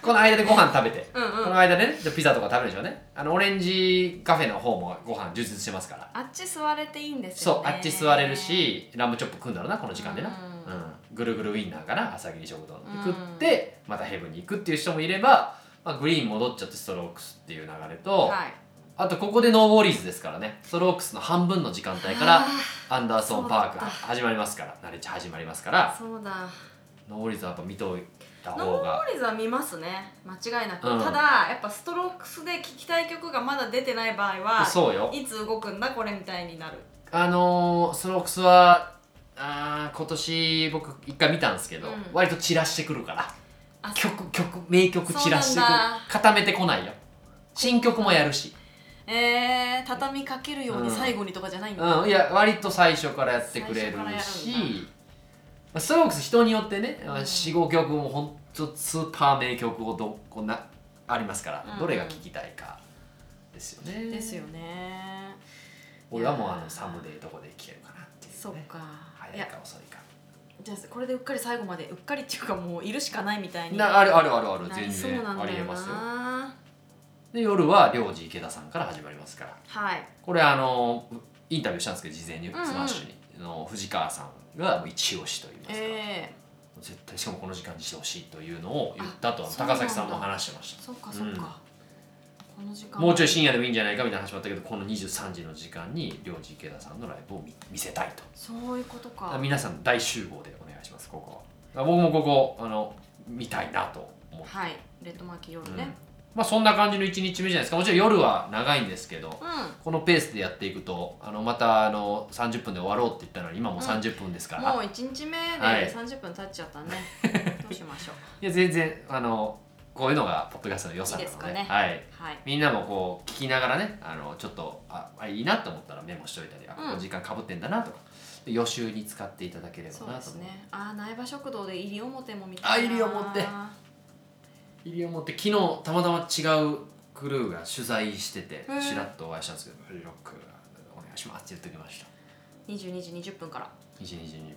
この間でご飯食べて
うんうん
この間でねじゃあピザとか食べるでしょうねあのオレンジカフェの方もご飯充実してますから
あっち座れていいんですよ
そ
ね
うあっち座れるしラムチョップ食うんだろうなこの時間でな、う
うんん
ぐるぐるウインナーかな朝霧食堂で
う
食
ん
って、またヘブンに行くっていう人もいれば、まあ、グリーン戻っちゃってストロークスっていう流れと、
はい
あとここでノーボーリーズですからねストロークスの半分の時間帯から
あ
アンダーソン・パーク
そうだった
始まりますからナレッジ始まりますか
ー
ら
そうだ
ノーボーリーズはやっぱ見ておいた
ノ
方
ーモ
が
リズは見ますね間違いなく、
うん
ただやっぱストロークスで聴きたい曲がまだ出てない場合は
そうよ
いつ動くんだこれみたいになる
あのー、ストロークスはあー今年僕一回見たんですけど、
うん
割と散らしてくるから
あ
曲曲名曲散らしてく
そうなんだ
固めてこないよ新曲もやるし、
えー、畳みかけるように
うん
最後にとかじゃないんだ、
うん、いや割と最初からやってくれる
最初からやる
し
ん
まあストロークス人によってね、
ん
45曲もほんとスーパー名曲をどこんなありますから、
うん
どれが聴きたいかですよね
ですよね
俺はもうあのサムデーどこで聴けるかなっていう、ね、
そっかい
早い
や
か遅いか
じゃあこれでうっかり最後までうっかりっていうかもういるしかないみたいに
なあるあるあるある
な
全
りそう
然
なんだよな
ありえますよで夜は領事池田さんから始まりますから
はい
これあのインタビューしたんですけど事前に
うんうん
スマッシュに、あの藤川さんがもう一押しと言いますか、
え
絶対しかもこの時間にしてほしいというのを言ったと
あ
あの
そうな
高
んだ
崎さんも話してまし
ー、そっかそっか、この時
た
間
もうちょい深夜でもいいんじゃないかみたいな話もあったけどこの23時の時間に領事池田さんのライブを見見せたいと
そういうことか
皆さん大集合でお願いしますここは僕もここあの見たいなと思って、
はいレッドマーキー夜
うん
ね
まあそんな感じの1日目じゃないですかもちろん夜は長いんですけど
うん、
このペースでやっていくとあのまたあの30分で終わろうって言ったのに今もう
うん
30分ですから、
もう1日目
はい
で30分経っちゃったね、 どうしましょう
いや全然あのこういうのがポッドキャストの良さなので
いいですかね
はい、
はい
みんなもこう聞きながらねあのちょっとああいいなと思ったらメモしといたり、あ
うん
この時間かぶってんだなとかで予習に使っていただければ
そう
な
で
と
す
思う
ねああ苗場食堂で入り表も見た
あ
いな
西表入りを持って昨日たまたま違うクルーが取材してて
へー
ちらっとお会いしたんですけど「フジロックお願いします」って言ってきました
22時20分から、
1時22分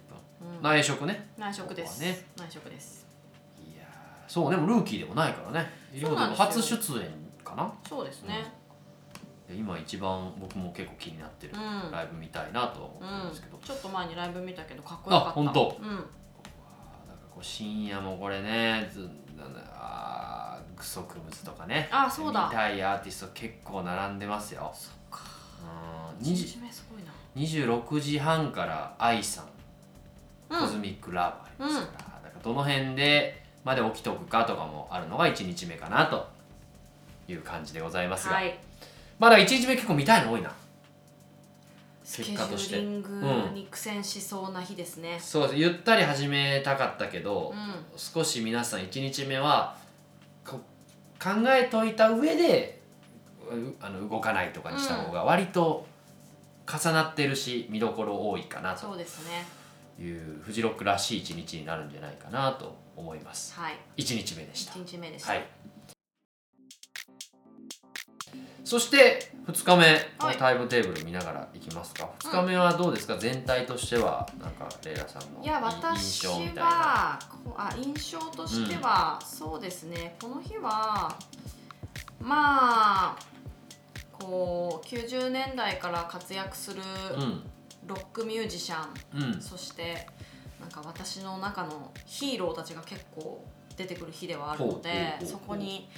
うん、
内職ね
内職です、
ここはね
内職です
いやーそうねもうルーキーでもないからね入
そう
り
な
も
んですよ
初出演かな
そうですね、
で今一番僕も結構気になってる
うん
ライブ見たいなとは思ってるんですけど、
ちょっと前にライブ見たけどかっこよかった
あ本当
うん
あーなんかこう深夜もこれねずなんだあーグソクムズとかね
あそうだ
見たいアーティスト結構並んでますよ
そっか
うん
1
20
日目すごいな
26時半から愛さん、
う
コ
ん
ズミックラブありますから,、なんかどの辺でまで起きとくかとかもあるのが1日目かなという感じでございますが、
はい
まあだ1日目結構見たいの多いな
ス
結
ケジュ
果として
ーリングに苦戦しそうな日ですね
そうですゆったり始めたかったけど、
うん、
少し皆さん1日目はこ考えといた上でうあの動かないとかにした方が割と重なってるし見どころ多いかな
そう
と
ですね
いうフジロックらしい1日になるんじゃないかなと思います
はい
1日目でした
1日目でした、
はいそして2日目、
はい
タイムテーブル見ながらいきますか2日目はどうですか、全体としてはなんかレイラさんの
いや
い
私
印象みたいな
はこあ印象としては、そうですねこの日はまあこう90年代から活躍する
う
ロックミュージシャン、
んうん
そしてなんか私の中のヒーローたちが結構出てくる日ではあるの
ほうほうほう
で
ほう
そこに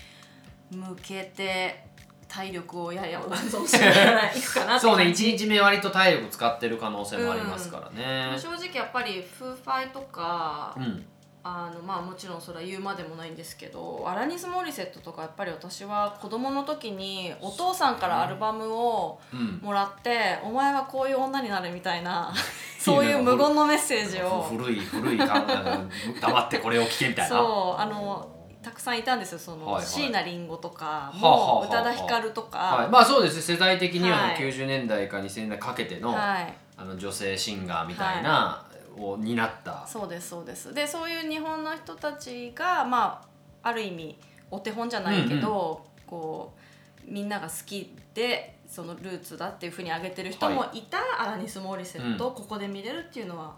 向けて体力をやや温 存しながらいくかなって
そうね
感じ
1日目割と体力使ってる可能性もありますからね
正直やっぱりフーファイとか、
うん
あのまあもちろんそれは言うまでもないんですけどアラニス・モリセットとかやっぱり私は子供の時にお父さんからアルバムを
うん
もらって「お前はこういう女になる」みたいなそういう無言のメッセージを
古い 古い考え黙ってこれを聞けみたいな
そうあのたくさんいたんですよその、
はいはい
椎名林檎とか
はあはあ
も
はあ
宇多田ヒカルとか。
はい、まあそうですね世代的には
はい
90年代か2000年代かけての,、
はい
あの女性シンガーみたいな、をになった
そうですそうですでそういう日本の人たちがまあある意味お手本じゃないけど、こうみんなが好きでそのルーツだっていうふうに挙げてる人もいた、アラニス・モーリセットをここで見れるっていうのは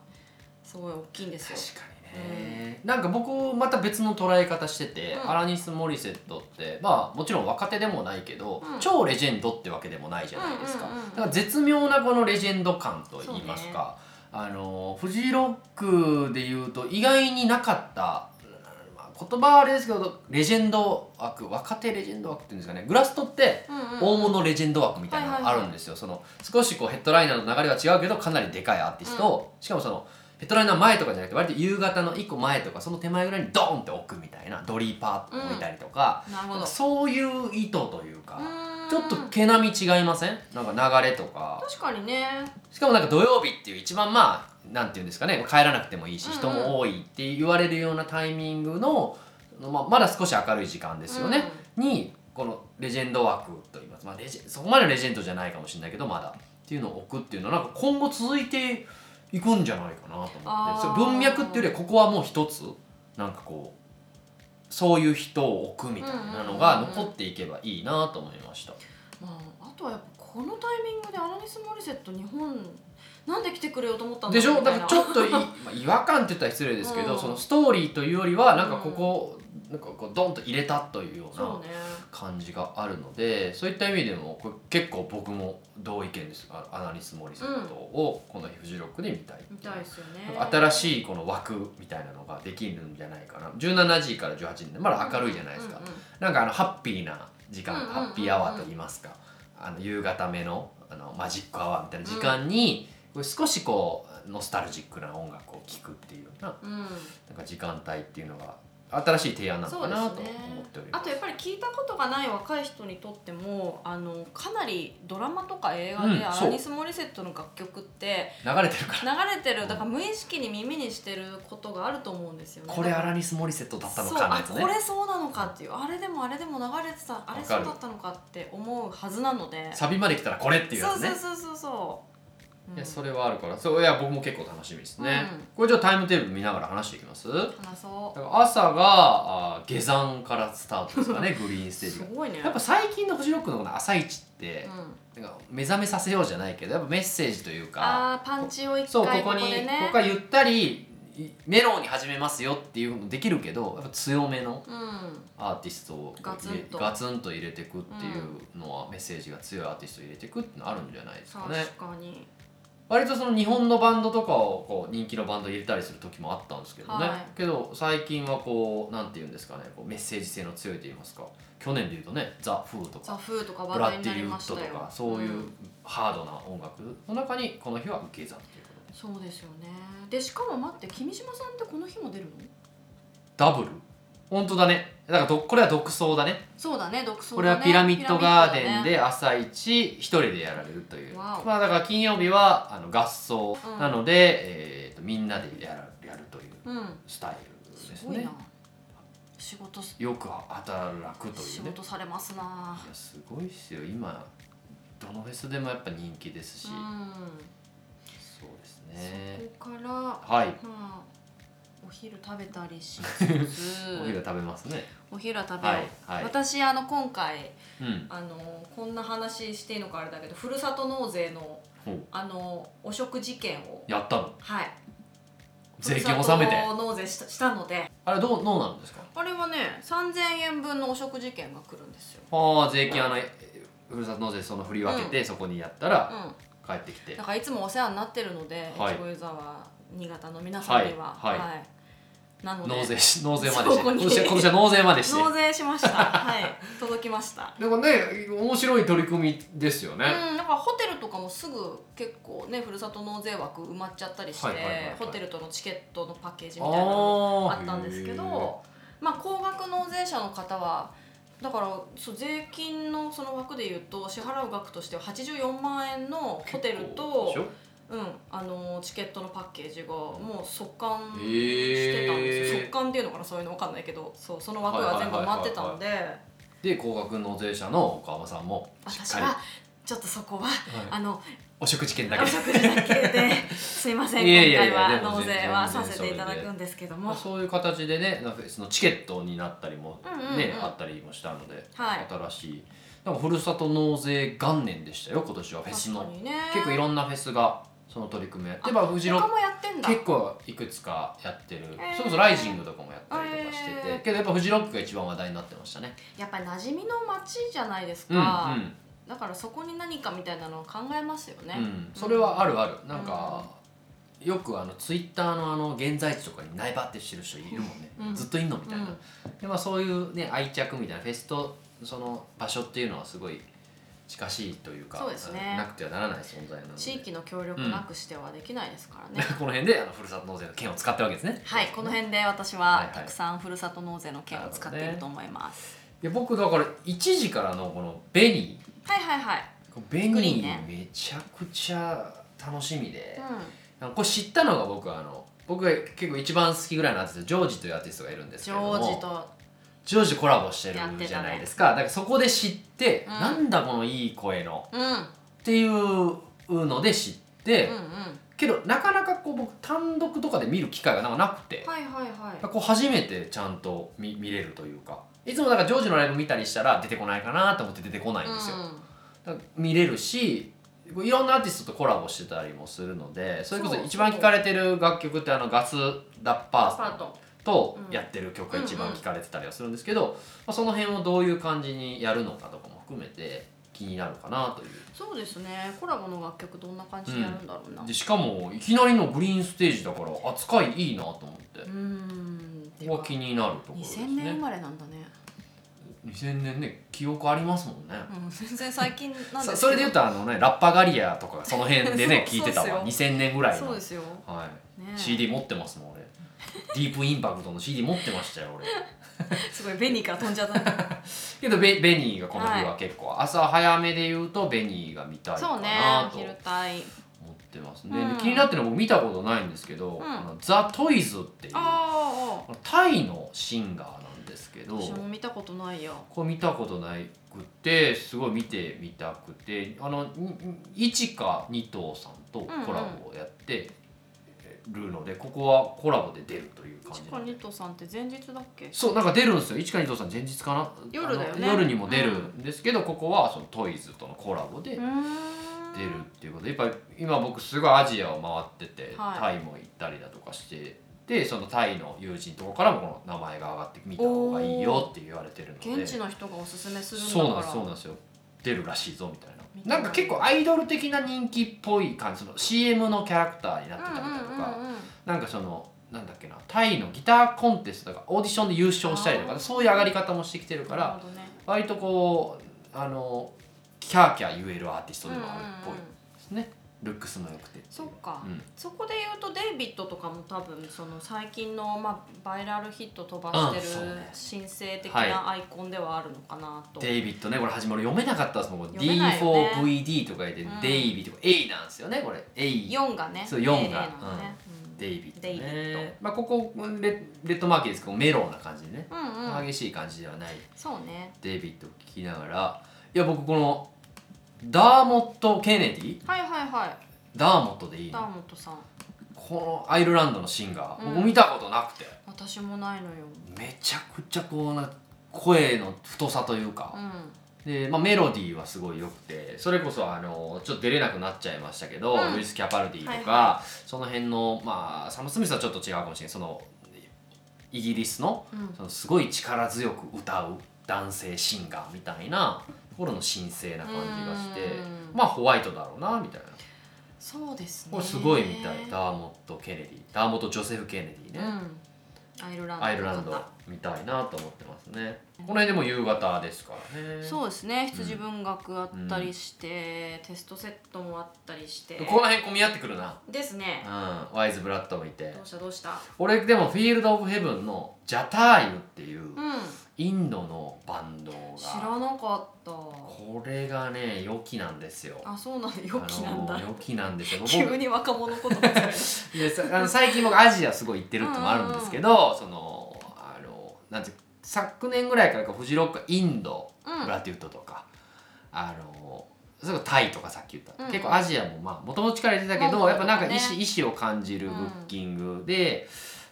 すごい大きいんですよ。
確かにね、なんか僕また別の捉え方してて、
うん
アラニス・モリセットってまあもちろん若手でもないけど、
うん
超レジェンドってわけでもないじゃないですか、
うんうんうんうん
だから絶妙なこのレジェンド感と言いますか、あのフジロックでいうと意外になかったまあ言葉はあれですけどレジェンド枠若手レジェンド枠っていうんですかねグラストって
うんうん
大物レジェンド枠みたいなのがあるんですよ、その少しこうヘッドライナーの流れは違うけどかなりでかいアーティストを、しかもそのヘッドライナー前とかじゃなくて割と夕方の1個前とかその手前ぐらいにドーンって置くみたいなドリーパーとか置いたりとか、
なるほど
そういう意図というか、
うーん
ちょっと毛並み違いませんなんか流れとか
確かにね
しかもなんか土曜日っていう一番まあなんていうんですかね帰らなくてもいいし
うんうん
人も多いって言われるようなタイミングの、まあ、まだ少し明るい時間ですよね、にこのレジェンド枠といいます、まあ、レジェそこまでレジェンドじゃないかもしれないけどまだっていうのを置くっていうのはなんか今後続いていくんじゃないかなと思って
あー
そう文脈っていうよりはここはもう一つなんかこうそういう人を置くみたいなのが残っていけばいいなと思いました。
まあ、あとはやっぱこのタイミングでアラニス・モリセット日本なんで来てくれようと思ったんだ
でしょ
みた
だ
い
か
な
らちょっとい、まあ、違和感って言ったら失礼ですけど、
うん
そのストーリーというよりはなんかここ、なんかこうドンと入れたというよう
そ
な
うね
感じがあるのでそういった意味でもこれ結構僕も同意見ですあアナリス・モリセットをこのフジロックで見たい
みたいですよね
なんか新しいこの枠みたいなのができるんじゃないかな17時から18時でまだ明るいじゃないですか、
うんうんうん
なんかあのハッピーな時間、
うんうんうんうん
ハッピーアワーと言いますかあの夕方目のあのマジックアワーみたいな時間に、これ少しこうノスタルジックな音楽を聴くっていうような
うん
なんか時間帯っていうのが新しい提案なのかなと思っており
あ
ます。
とやっぱり聞いたことがない若い人にとってもあのかなりドラマとか映画
うん
でア
そう
ラニス・モリセットの楽曲って
流れてるから
流れてるだから無意識に耳にしてることがあると思うんですよね。
これア
れ
ラニス・モリセットだったの
そ
か
う
な
あ
やつね
これそうなのかっていうあれでもあれでも流れてたあれ
わか
そ
る
うだったのかって思うはずなので
サビまで来たらこれっていうや
そう
つね
そうそうそうそう、うん
いやそれはあるからそういや僕も結構楽しみですね、
うん
これじゃあタイムテーブル見ながら話していきますだ
話そ
から朝があー下山からスタートですかね グリーンス
う
テージ
す
が
ごいね
やっぱ最近のフジロックのこの朝一って
う、ん、
なんか目覚めさせようじゃないけどやっぱメッセージというか
あーパンチを一
そうこ
回こ
こ
こ
に
で
こ
ね
こはゆったりいメロウに始めますよっていうのできるけどやっぱ強めの
うん
アーティストを
ガツンと
ガツンと入れてくっていうのは、メッセージが強いアーティストを入れてくっていうのはあるんじゃないですか
確
ね
かに、
割とその日本のバンドとかをこう人気のバンド入れたりする時もあったんですけどね、
はい
けど最近はこうなんて言うんですかねこうメッセージ性の強いと言いますか去年で言うとね「ザ・フーと
ザ・
か
フーとか
「
話
ブラ
題
ッ
に
デ
な
ィ・リ
り
ウ
ま
ッ
し
ド」
た
と
よ
かそういううんハードな音楽の中にこの日は受け算っていうことで
そうですよねでしかも待って君島さんってこの日も出るの
ダブル本当だねだからどこれは独奏だね
そうだね独創
こ
だ、ね、
れはピラミッドガーデン
ピラミッドだね
で朝一一人でやられるという
わお
まあだから金曜日はあの合奏
うん
なので、えーとみんなでやらやるという
うん
スタイルです
すごい
ね
な仕事す
よく働くとい
仕
うね
事されますない
やすごいっすよ今どのフェスでもやっぱ人気ですし、
うん
そうです
そ
ね
こからま
はい
あお昼食べたりしつ
お昼
つ
は食べますね
お昼は食べよう、
はいはい
私あの今回
うん
あのこんな話していいのかあれだけどふるさと納税の
ほう
あのお食事券を
やったの
はい
税金納めて
ふるさと納税したしたので
あれどうどうなんですか
あれはね3000円分のお食事券が来るんですよ、
ああ税金あのえふるさと納税その振り分けて、そこにやったら
う
帰ってきて
ん、だからいつもお世話になってるので
はい
越後湯沢新潟の皆さんには
はいはい
なので
納税し納税までして
そこ
今
に
年は今年は納税までして
納税しましたはい届き ました
でもね面白い取り組みですよね、
うん、なんかホテルとかもすぐ結構ねふるさと納税枠埋まっちゃったりして、
はいはいはいはい
ホテルとのチケットのパッケージみたいなのも
あ
あったんですけど、まあ、高額納税者の方はだからそう税金のその枠でいうと支払う額としては84万円のホテルと、うん、あのチケットのパッケージがもう即
へ
完し
ー
てたんですよ、即完っていうのかなそういうの分かんないけどそうその枠が全部埋まってたんで
で高額納税者の岡山さんもしっ
私
かり、
はちょっとそこは
はい
あの
お食事券だけ
お
で
食事だけ ですいません
いやい
今
やい
回
や
は
でも
納
全然
税は
全然
させていただくんですけど
ま
も
あ、そういう形でねなんかそのチケットになったりもね、
うんうんうん
あったりもしたので、
はい
新しいなんかふるさと納税元年でしたよ今年はフェス
確か
の
にね
結構いろんなフェスがその取り組みやってばフジロ
他もやってんだ
結構いくつかやってる、
ー
それこそライジングとかもやったりとかしてて、
えー
けどやっぱフジロックが一番話題になってましたね
やっぱり馴染みの街じゃないです
うんう
か、
ん
だからそこに何かみたいなのを考えますよね、
うん、それはあるあるなんか、よくあのツイッターのあの現在地とかにないばってしてる人いるもんね、
うん
ずっといんのみ
う
たいな、
ん
でまあ、そういう、ね、愛着みたいなフェスとその場所っていうのはすごい近しいというか
そうですね
なくてはならない存在なので
地域の協力なくしてはできないですからね、
この辺であのふるさと納税の券を使ったわけですね
はいこの辺で私
はい
は
はい
たくさんふるさと納税の券を使っていると思います、
いや僕だから1時からのこのベニ
はいはいはい、
ーベ
グリー
ニ
ンね
ーめちゃくちゃ楽しみで、
うん、
あのこれ知ったのが僕はあの僕が結構一番好きぐらいのアーティストジョージというアーティストがいるんです
ジ
けれど
ョ
も
ージと
ジョージとコラボしてる
やってたね
じゃないですか、だからそこで知って、
うん
なんだこのいい声の
うんうん
っていうので知って、
うん
けどなかなかこう僕単独とかで見る機会がなんかなくて、
はいはいはい
こう初めてちゃんと見見れるというかいつもだからジョージのライブ見たりしたら出てこないかなと思って出てこないんですよ、だから見れるしこういろんなアーティストとコラボしてたりもするのでそれこそ
そう
一番聴かれてる楽曲ってあのガス・ダッパ
ア
ー
スパ
さ
ー
ん
ト
と
うん
やってる曲
う
が
んうん
一番聴かれてたりはするんですけど、まあ、その辺をどういう感じにやるのかとかも含めて気になるかなという
そうですねコラボの楽曲どんな感じでやるんだろうな
でしかもいきなりのグリーンステージだから扱いいいなと思って
う。ん
ここは気になるところです
2000年生
ね。
まれなんだね、
2000年ね記憶ありますもんね。
うん、全然最近なんですけど
そそれで言うとあのねラッパガリアとかがその辺でね
そ
聞い
う
てたわ
そうで
2000年ぐらい
そう
の
で、すよ、
は
ね
い、
え、
CD 持ってます もん俺ディープインパクトの CD 持ってましたよ俺
すごいベニーから飛んじゃったね
けどベベニーがこの日は結構、朝早めで言うとベニーが見たいか
そうね
なと思
昼帯
ってますね
うん
で気になってるの僕見たことないんですけど、
ん
あのザ・トイズっていう
ああ
タイのシンガーなんですけど
私も見たことないよ
これ見たことないくてすごい見てみたくてあの1か2頭さんとコラボをやってるので、ここはコラボで出るという感
チ
じ
カ
なんで
ニトさんって前日だっけ
そうなんか出るんですよ1か2頭さん前日かな
夜だよね
あの夜にも出る
うん
んですけど、ここはそのトイズとのコラボで
うーん
出るっていうことでやっぱり今僕すごいアジアを回ってて、
はい
タイも行ったりだとかして。でそのタイの友人とかからもこの名前が上がって見た方がいいよって言われてるので
現地の人がおすすめするんだ
そうなん
か
です
ら
そうなんですよ出るらしいぞみたい
みた
ない
な
なんか結構アイドル的な人気っぽい感じその CM のキャラクターになってたみたいとか、
うんうんうんうん
なんかそのなんだっけなタイのギターコンテストとかオーディションで優勝したりと
あ
か
ー
そういう上がり方もしてきてるから
なるほどね
割とこうあのキャーキャー言えるアーティストでもあるっぽい
うんうんうん
ですね、ルックスも良くてってい
そうっか、
うん
そこで言うとデイビッドとかも多分その最近の、まあ、バイラルヒット飛ばして
うんそう
る
ね
新生的
はい
なアイコンではあるのかなと、
デイビッドねこれ始まる読めなかったですもん、
読めないよね
D4VD とか言って、
うん
デイビッドとか A なんですよねこれ A
4がね
そう四が
AA なのね
デイビッドね
デイビッ
まあ、ここレレッドマーキーですけどメロウな感じでね、
うん、うんうん
激しい感じではない
そうね
デイビッドを聞きながらいや僕このダーモット・ケネディ
はいはいは
ダーモットでい
い
い
ダ
の
ーモットさん
このアイルランドのシンガー、
うん
僕見たことなくて
私もないのよ
めちゃくちゃこうな声の太さという
う
か、
ん
でまあ、メロディーはすごい良くてそれこそあのちょっと出れなくなっちゃいましたけど、
うん
ルイス・キャパルディとか、
はいは
その辺の、まあ、サム・スミスはちょっと違うかもしれないそのイギリスの
うん
そのすごい力強く歌う男性シンガーみたいなところの神聖な感じがして
うん
まあホワイトだろうなみたいな
そうですね
これすごいみたいダーモット・ケネディダーモット・ジョセフ・ケネディ
う
ね、
んアイルランドの方
アイルランド見たいなと思ってますねこの辺でも夕方ですからね
そうですね羊文学あったりして、テストセットもあったりして
この辺混み合ってくるな
ですね
うんワイズブラッドもいて
どうしたどうした
俺でもフィールド・オブ・ヘブンのジャターユっていう
うん
インドのバンド
知
が
らなかった
これがね良きなんですよ
あそうなんだ良きなん
あ
だ
の良きなんですよ僕
急に若者言葉です
いやさあの最近僕アジアすごい行ってるってのもあるんですけどそのあのなんていう昨年ぐらいからかフジロックインド
う
ブ
ん
ラテュートとか、あのそれこそタイとかさっき言った、
うん
結構アジアもまあもともと力入れてたけど、
モンゴ
や
ル
っ
と
ぱ
かね
なんか意志意志を感じるブッキングで、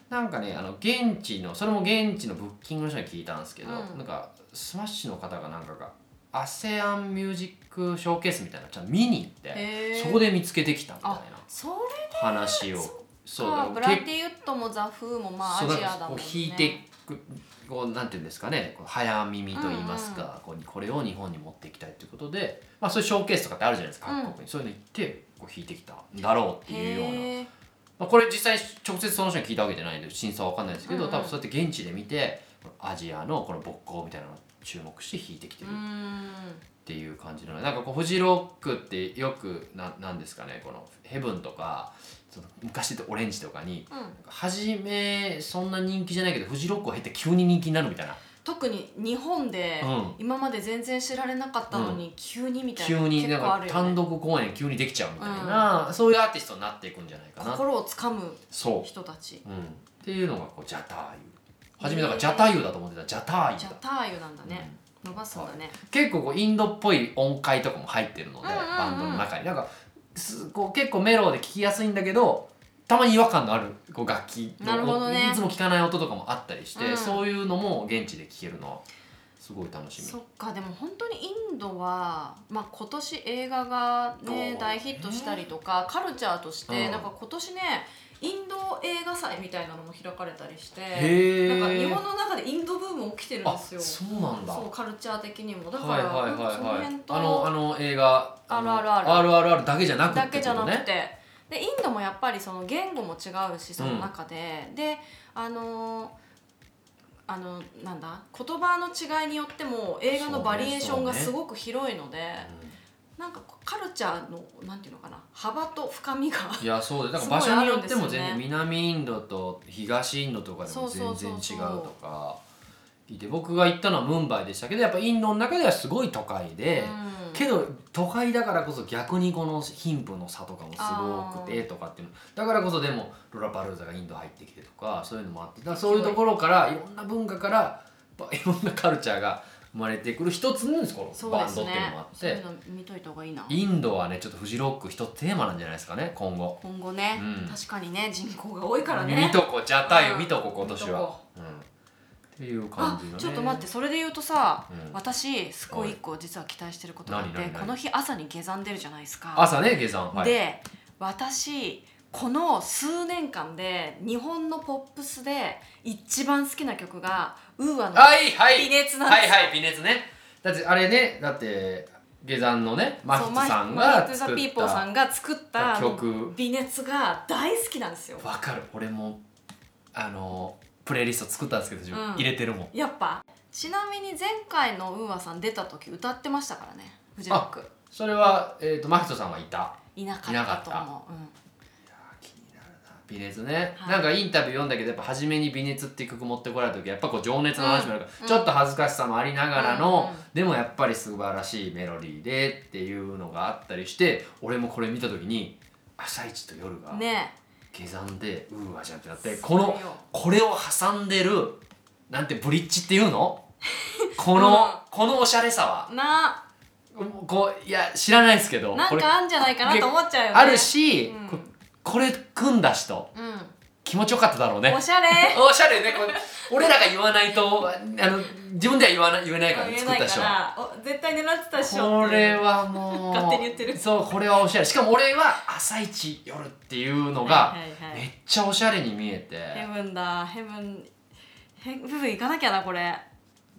なんかねあの現地のそれも現地のブッキングの人に聞いたんですけど、
うん
なんかスマッシュの方がなんかが ASEAN ミュージックショーケースみたいなのちゃんと見に行って
へえ
そこで見つけてきたみたいな
それ
話を。そうだ
か
から
ブラ
結
ディウッドもザ・フーもまあ
そ
ア
うだ
ジ
から
アだもんね
こう引いてくこうなんていうんですかねこう早耳と言いますか、こうこれを日本に持っていきたいということで、まあ、そういうショーケースとかってあるじゃないですか各国に、そういうの行ってこう引いてきたんだろうっていうような、
へえ
まあ、これ実際直接その人に聞いたわけじゃないんで真相は分かんないですけど、
うんうん
多分そうやって現地で見てこのアジアのこの勃興みたいなのを注目して引いてきて
う
る
ーん
っていう感じのなんかこうフジロックってよくななんですかねこのヘブンとかその昔でオレンジとかに
うん
初めそんな人気じゃないけどフジロックを経て急に人気になるみたいな
特に日本で
うん
今まで全然知られなかったのに急にみたいな
急にな
結
ん
構あ
か
るよ
単
ね
独公演急にできちゃうみたいな、そういうアーティストになっていくんじゃないかな
心をつかむ
そ
人たち
う、うん、っていうのがこうジャターユ初めだからジャターユだと思ってたジャターユ
じ
だ
ゃあターユなんだね伸ばすんだね
結構こうインドっぽい音階とかも入ってるので、
うんうんうん
バンドの中になんかすこう結構メローで聴きやすいんだけどたまに違和感のあるこう楽器の
なるほどね
いつも聴かない音とかもあったりして、
うん
そういうのも現地で聴けるのはすごい楽しみ
そっかでも本当にインドは、まあ、今年映画が、
そ
ね
う、
大ヒットしたりとかカルチャーとして、
うん
なんか今年ねインド映画祭みたいなのも開かれたりして
へ
な
ー
んか日本の中でインドブーム起きてるんですよ
あそうなんだ
そうカルチャー的にもだか
はい
ら、
はい
なんかその
はいはい
辺と
あのあの映画あの RRR だけじゃなくて
だけじゃなく
っててこ
でインドもやっぱりその言語も違うしその中で、であのーあのなんだ言葉の違いによっても映画のバリエーションが
そうね
すごく広いの
と
で、
ね
なんかこうカルチャーのなんていうのかな幅と深みが
うんいやそうでだから
すごい
場所によっ
あるんで
て
す
も
よね
全然南インドと東インドとかでも
そうそ
全
うそ
然
う
違う
そう
とかいて僕が行ったのはムンバイでしたけどやっぱインドの中ではすごい都会で、
うん
けど都会だからこそ逆にこの貧富の差とかもすごくて
あー
とかっていうのだからこそでもロラパルーザがインド入ってきてとかそういうのもあってだからそういうところからいろんな文化からやっぱいろんなカルチャーが生まれてくる一つなんですこ
そ
の
う
バ
で
ン
す
ドっていうの
ね
もあっ
そうい
て
うの見といた方がいいな
インドはねちょっとフジロック一テーマなんじゃないですかね今後。
今後ね、
うん
確かにね人口が多いから
見
ね
とこジャタイ
う
を
ん
見とこ今年
見と
は
こ。
うんっていう感
あ
じのね。
ちょっと待ってそれで言うとさ、
うん
私すごい一個実は期待してることがあって
何何何
この日朝に下山出るじゃないですか。
朝ね下山はい。
で私この数年間で日本のポップスで一番好きな曲がウーアの
はいはい。
微熱なん
はい
ですよ。
はい微熱ねだってあれねだって下山のねマヒ
そう
トさん
マヒ
が
トザ
作っ
ピーポーさ
た
んが作った
曲
微熱が大好きなんですよ。
わかる俺もあのプレイリスト作ったんですけど自分、
うん
入れてるもん
やっぱちなみに前回のウーアさん出た時歌ってましたからねフジロック
それは、えー、とマヒトさんはいた
いなか
いな
っ
か
た
った
と思う。うん
気になるな微熱ね、
はい
なんかインタビュー読んだけどやっぱ初めに微熱っていう曲持ってこられた時やっぱこう情熱の話もあるから、
うん
ちょっと恥ずかしさもありながらの、
うんうん
でもやっぱり素晴らしいメロディーでっていうのがあったりして俺もこれ見た時に朝一と夜が
ね
下山でうーわじゃんってなって
す
こ
ごいよ
のこれを挟んでるなんてブリッジっていうのこの、
うん
このおしゃれさ
な
はこういや知らないですけど
なん
これ
かあんじゃないかなと思っちゃうよね
あるし、
うん
ここれ組んだ人
う、
気持ちよかっただろうんね
おしゃれ
おしゃれねこれ俺らが言わないとあの自分では言わない 言えないから、ね、
言え
作っ
な
た
いか
人は。
らお絶対狙ってたっしょ
これはもう
勝手に言ってる
そうこれはおしゃれしかも俺は朝一夜っていうの
は
が
いはいは
めっ
い、
ちゃおしゃれに見えて、
ヘブンだヘブンヘブン行かなきゃなこれ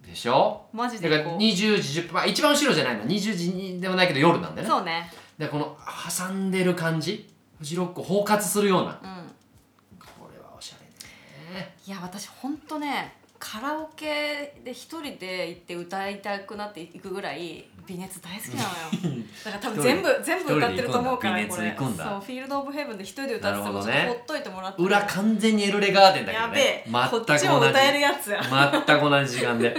でしょ
マジ
だ
で
から
こう
20時10分、まあ、一番後ろじゃないの20時にでもないけど夜なんだよね
そうね
でこの挟んでる感じフジロックを包括するような
うん
これはおしゃれねね
いや私ほんとねカラオケで一人で行って歌いたくなっていくぐらい微熱大好きなのよ だから多分全部全部歌ってると思うから
一人
こ
で
れ
行
そ
く
うんフ
だ
ィールド・オブ・ヘブンで一人で歌っ
な
てた
る
こ
ほ
と
ど
ちょ
ね
っとほっといてもらって
裏完全にエルレガーデンだけど
やべ
ね
え
全
こっ
く同じ
ちも歌えるやつや
全く同じ時間で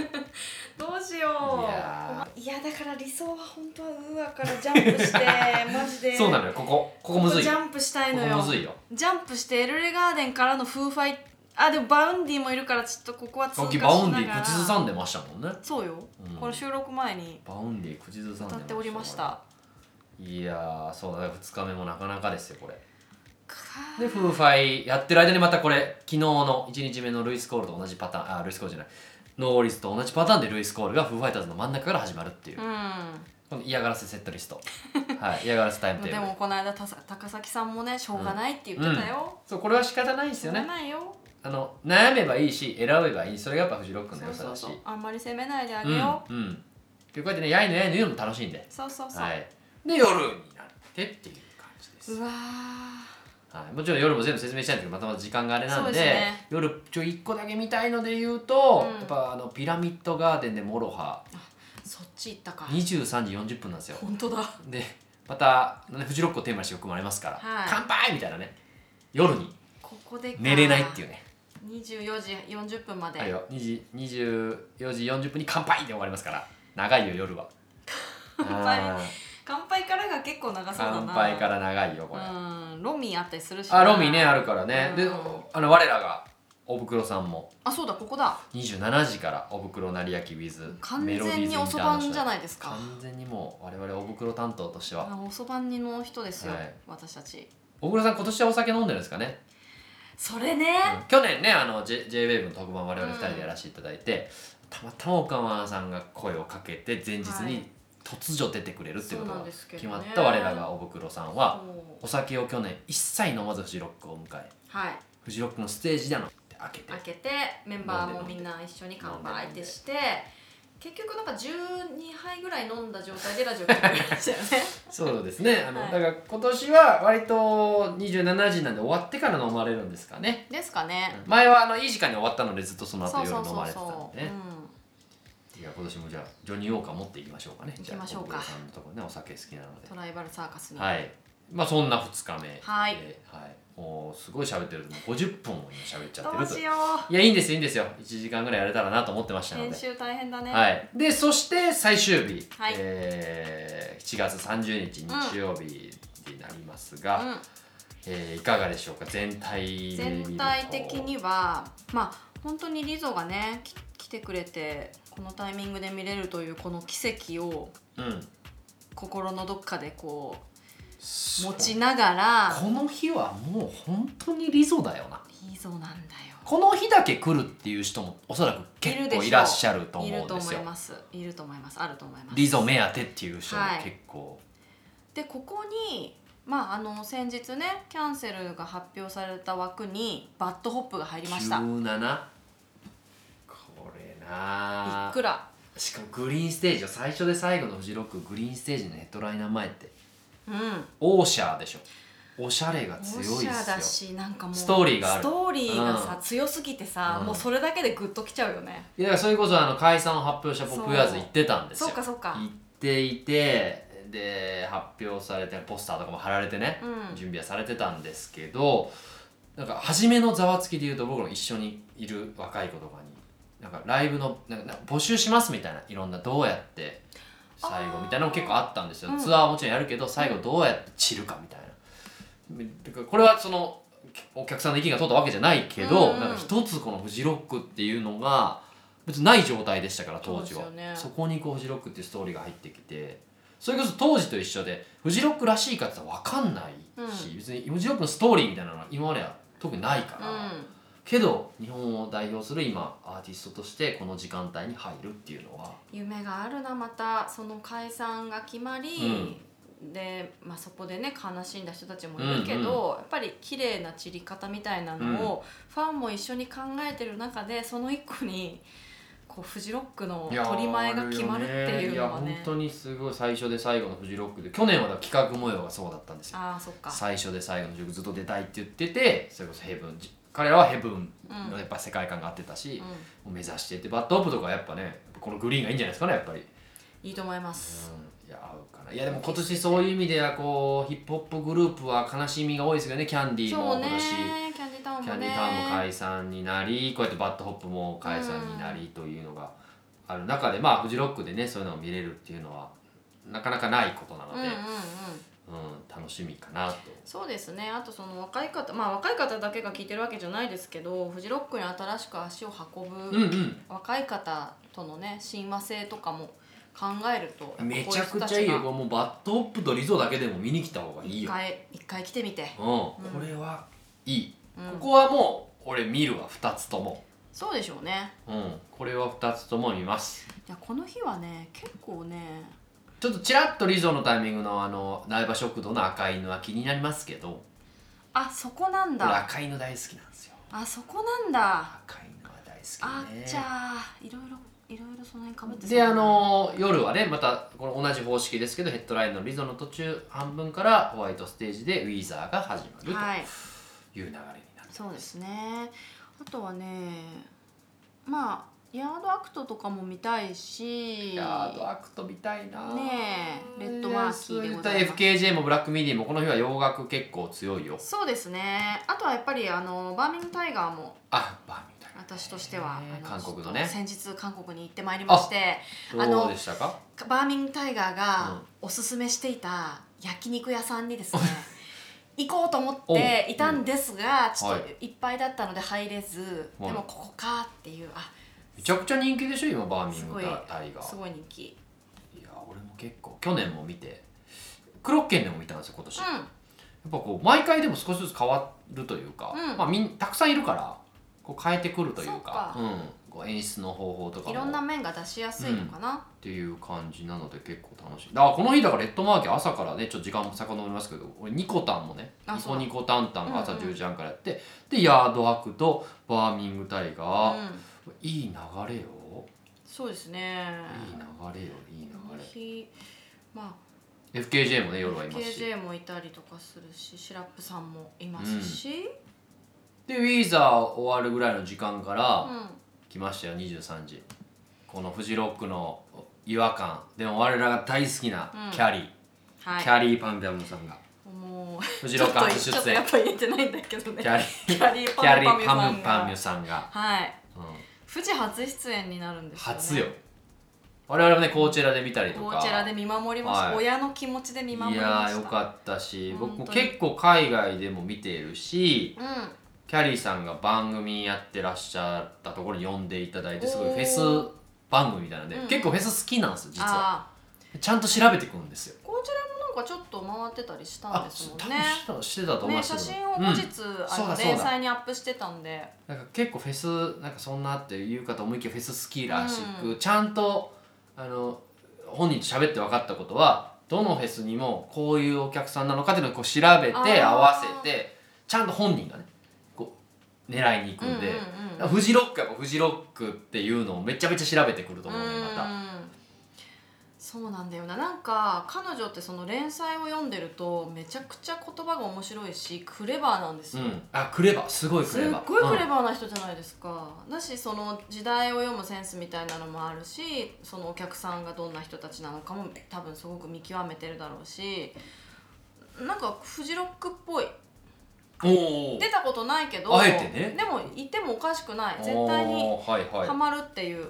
どうし
い
よ
や
ういやだから理想は本当はウーアからジャンプ してマジ で
そうなのよここここむずい
ジ
よ
ャンプしたい
こ
の
こ
よ
むずいよ
ジャンプしてエルレガーデンからのフーファイあでもバウンディもいるからちょっとここは通
さっ
過し
き
なが
バ
ら
ウンディ口ずさんでましたもんね
そうよ、
うん
この収録前に
バウンディ口ずさんで
歌っておりました
いやーそうだ2日目もなかなかですよこれ
か
でフーファイやってる間にまたこれ昨日の1日目のルイス・コールと同じパターンあルイス・コールじゃないノーリスと同じパターンでルイス・コールがフーファイターズの真ん中から始まるっていう、
う
この嫌がらせセットリス トはい嫌がらせタイム
ん
テ
で
ーブル
もこの間たさ高崎さんもねしょうがないって言ってたよ、
そうこれは仕方ないです
し
よ
ょうが
ね
ないよ
あの悩めばいいし選べばいいそれがやっぱフジロックの
そ
良
う
さ
そ
だ
う
し
そうあんまり責めないであ
う
げ
ん
よう、
うんでこうやってねやいのやいの言うのも楽しいんで
そうそうそう、
はいで夜になってっていう感じです
うわ
はい、もちろん夜も全部説明したいんですけどまたまた時間があれなん
そ
で
うですね
夜ちょ1個だけ見たいので言うと、
うん
やっぱあのピラミッドガーデンでモロハ
ーそっち行ったか
23時40分なんですよ
本当だ
でまた、ね、フジロックをテーマにして曲もありますから「
はい
乾杯!」みたいなね夜に
ここでか
寝れないっていうね
24時40分まで
あれよ2時24時40分に「乾杯!」で終わりますから長いよ夜 は
杯
あー
乾杯からが結構長そうだな
乾杯から長いよこれ、
うんロミーあったりするしな
あロミーねあるからね、
う
で
ん
あの我らがおぶくろさんも
あそうだここだ
27時からおぶくろ成焼 with
完
メロディーズ
全
イン
に
ターナシ
遅
ョナ
番
ル
じゃないですか
完全にもう我々おぶくろ担当としては
あ遅番人の人ですよ、
はい
私たち
おぶくろさん今年はお酒飲んでるんですかね、
それね、
うん去年ねあの J- JWAVE の特番我々2人でやらせていただいて、たまたま岡間さんが声をかけて前日
は
に
い
突如出てくれるっていうこと
そうな
が
んですけど
決
ね
まった我らがおぶくろさんは
そう
お酒を去年一切飲まずフジロックを迎え
はい
フジロックのステージであの開けて
開けてメンバーもみんな一緒に乾杯ってして結局なんか12杯ぐらい飲んだ状態でラジオ聞いてましたよね
そうですね。あの、
はい
だから今年は割と27時なんで終わってから飲まれるんですかね。
ですかね、
前はあのいい時間に終わったのでずっとその後
そう
夜
そう
飲
そ
ま
う
れてたん
そう、
でね。いや今年もじゃあジョニー・ウォーカー持っていきましょうかね。
行きましょうか
じゃあ小室さんのとこねお酒好きなの
うん、
で
ト。ライバルサーカスに、
はい。まあそんな2日目で。
はい
はいもうすごい喋ってるもう50分も今喋っちゃって
ど
る
う
と。
し
い
よ
やいいんですいいんですよ。1時間ぐらいやれたらなと思ってまし
う
たので
編。集大変だね、
はい、でそして最終日、
はい
えー7月30日日曜日になりますが、
うん
えーいかがでしょうか全体で見ると
全体的にはまあ本当にリゾがねき来てくれてこのタイミングで見れるというこの奇跡を
うん
心のどっかでこう
そう
持ちながら
この日はもう本当にリゾだよな
リゾなんだよ
この日だけ来るっていう人もおそらく
い
結
るでしょ
構
う
いらっしゃると
い
思う
る
ん
と
です
思
よ
いますいると思いますあると思います
リゾ目当てっていう人も結構、
でここにまああの先日ねキャンセルが発表された枠にバッドホップが入りましたい
17これなあ
くら
しかもグリーンステージは最初で最後のフジロックグリーンステージのヘッドライナー前って
うん
オーシャーでしょおしゃれが強
オ
い
シ
で
ャだ
すよ
しなんかもう
ストーリーがある
ストーリーがさ、
う
強すぎてさ、
うん
もうそれだけでグッときちゃうよね
いやそれこそあの解散を発表したポップウェアーズ行ってたんですよ
そうかそうか
行っていてで発表されてポスターとかも貼られてね、
うん
準備はされてたんですけどなんか初めのざわつきで言うと僕の一緒にいる若い子とかになんかライブのなんかなんか募集しますみたいないろんなどうやって最後みたいなのも結構あったんですよ、
うん
ツアーはもちろんやるけど最後どうやって散るかみたいな。だからこれはそのお客さんの意見が通ったわけじゃないけど、
うん
なんか一つこのフジロックっていうのが別にない状態でしたから当時は
そうですよね
こにこうフジロックっていうストーリーが入ってきてそれこそ当時と一緒でフジロックらしいかって言ったら分かんないし、別にフジロックのストーリーみたいなのは今までは特にないから、
う
けど日本を代表する今アーティストとしてこの時間帯に入るっていうのは
ん、夢があるなまたその解散が決まり、で、まあ、そこでね悲しんだ人たちもいるけど、やっぱり綺麗な散り方みたいなのを、ファンも一緒に考えてる中でその一個にこうフジロックの
いやー
取り前が決まるっていうのは
あるよい
ね
や本当にすごい最初で最後のフジロックで去年はだから企画模様がそうだったんですよ
ああそっか
最初で最後の曲ずっと出たいって言っててそれこそ「ヘブン」彼らはヘブンの
うん
やっぱ世界観が合ってたし、
う
を目指しててバッドオプとかやっぱねやっぱこのグリーンがいいんじゃないですかねやっぱり、
ん、いいと思います、
うん、いや合うかないやでも今年そういう意味ではこうヒップホップグループは悲しみが多いですよねキャンディーも
そう
今
ね
年。
キャンディータウン
キ
も
ャンデ
ね
ィータウンも解散になりこうやってバッドホップも解散になりというのがある中でまあフジロックでねそういうのを見れるっていうのはなかなかないことなの
うん
で、
う
うん
うん
ん楽しみかなと。
そうですねあとその若い方まあ若い方だけが聞いてるわけじゃないですけどフジロックに新しく足を運ぶ、
うんうん
若い方とのね親和性とかも考えると
めちゃくちゃいいよ
こ
もうバッドホップとリゾだけでも見に来た方が
ういう人たちが
いい
一
よ、
回一回来てみて、
うん、これはいい、
うん
ここはもう俺見るわ2つとも、
そうでしょうね
うん、これは2つとも見ます
いやこの日はね結構ね
ちょっとちらっとリゾのタイミングのあの苗場食堂の赤い犬は気になりますけど
あそこなん
俺
だ
赤い犬大好きなんですよ
あそこなんだ
赤いのは大
あ
好き
っ
ね
ちゃーいろいろいろいろその辺かぶって
であのー夜はねまたこの同じ方式ですけどヘッドラインのリゾの途中半分からホワイトステージでウィーザーが始まる
はい
という流れになって
そうですねあとはねまあヤードアクトとかも見たいし
いやードアクト見たいな
ねえレッドマーキーでござ
そう
います
いった FKJ もブラックミディもこの日は洋楽結構強いよ
そうですねあとはやっぱりあのバーミングタイガーも
あバーみたいな
私としては、
ね
あの
韓国の
ちょっ
ね
と先日韓国に行ってまいりましてあの
どうでしたか
バーミングタイガー
う
が
ん
おすすめしていた焼肉屋さんにですね行こうと思っていたんですがちょっ
は
といっぱいだったので入れず、
はい
でもここかっていうあ
めちゃくちゃ人気でしょ今バーミング
すごい
タイガ
す
ー
ごい人気
いや俺も結構去年も見てクロッケンでも見たんですよ今年、やっ
う
ぱこう毎回でも少しずつ変わるというか、
うん
まあ、みんたくさんいるからこう変えてくるというか
そう
うん、こう演出の方法とか
ん
も
いろんな面が出しやすいのかな、
っていう感じなので結構楽しいだからこの日だからレッドマーケー朝からねちょっと時間も遡りますけど俺ニコタンもね
あ
ニ
そ
コ
う
ニコタンタンが朝
うんうん
10時半からやって、でヤードハクとバーミングタイガー、
うん
いい流れよ
そうですね
いい流れよいい
この
流
日ま
れ FKJ もね
あ
夜はいますし
KJ もいたりとかするしシラップさんもいますし、
でウィーザー終わるぐらいの時間か
うん
ら来ましたよ23時このフジロックの違和感でも我らが大好きなキャリー、
はい
キャリーパンピャムさんが
もう
フジ
ちょ
ロ
っ
ック
と
初
ちょっと
出
や
演
っぱ言えてないんだけどね
キャリー
キャリー
キャリー
パ
パ
ム
ムパ
パミ
ミ
ュ
ュ
さ
さんが、
んがはい
うん、
富士初出演になるんですよね
初よ我々もねコーチェラで見たりとか
こちらで見守りました、
はい
親の気持ちで見守
い
りま
や
した
ーよかったし僕も
本当に
結構海外でも見ているし
うん
キャリーさんが番組やってらっしゃったところに呼んでいただいてすごい
おー
フェス番組みたいなので、
うん
結構フェス好きなんですよ実は
あ
ちゃんと調べてくるんですよ
ーこちらもなんかちょっと回ってたりしたん
あ
ですもん
多
ね
分してたしてたと思い
ね
ます
写
けど
真を後日、
うん
あ
そう
の
だそうだ
連載にアップしてたんで
なんか結構フェスなんかそんなって言うかと思いきやフェス好きらしく、
う
ちゃんとあの本人と喋って分かったことはどのフェスにもこういうお客さんなのかっていうのをこう調べ
あ
て
ー
合わせてちゃんと本人がねこう狙いに行くんで、
うんうんうん
だからフジロックやっぱフジロックっていうのをめちゃめちゃ調べてくると思うねまた。
うんそうなんだよななんか彼女ってその連載を読んでるとめちゃくちゃ言葉が面白いしクレバーなんです
う
よ、
ん、あクレバーすごい
す
ク
っ
レバー
ごいク
う
レ
ん
バーな人じゃないですか、だしその時代を読むセンスみたいなのもあるしそのお客さんがどんな人たちなのかも多分すごく見極めてるだろうしなんかフジロックっぽい
おー
出たことないけど
あえてね
でもいてもおかしくない絶対に
おーはいはい
ハマるっていう、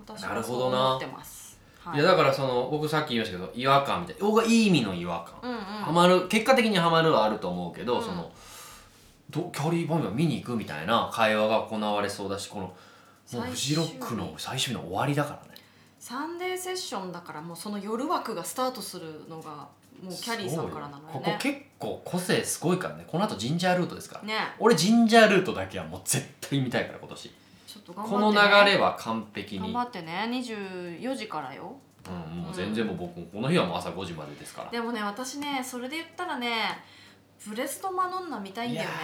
私
なる
はそ
ほ
う
どな
思ってますはい
いやだからその僕さっき言いましたけど違和感みたいな僕がいい意味の違和感、
うんうん
ハマる結果的にはまるはあると思うけど、
うん
そのどキャリーバンバン見に行くみたいな会話が行われそうだしこのもうフジロックの最終日の終わりだからね
サンデーセッションだからもうその夜枠がスタートするのがもうキャリーさんからなの
そう
よ
よここ
ね。
結構個性すごいからねこの後ジンジャールートですから、
ね
俺ジンジャールートだけはもう絶対見たいから今年、
ちょっと頑張
こ
って、ね、
の流れは完璧
頑
に、
張ってね24時からよ
うん、もう全然もう僕この日はもう朝5時までですから
でもね私ねそれで言ったらねブレストマドンナ見たいんだよね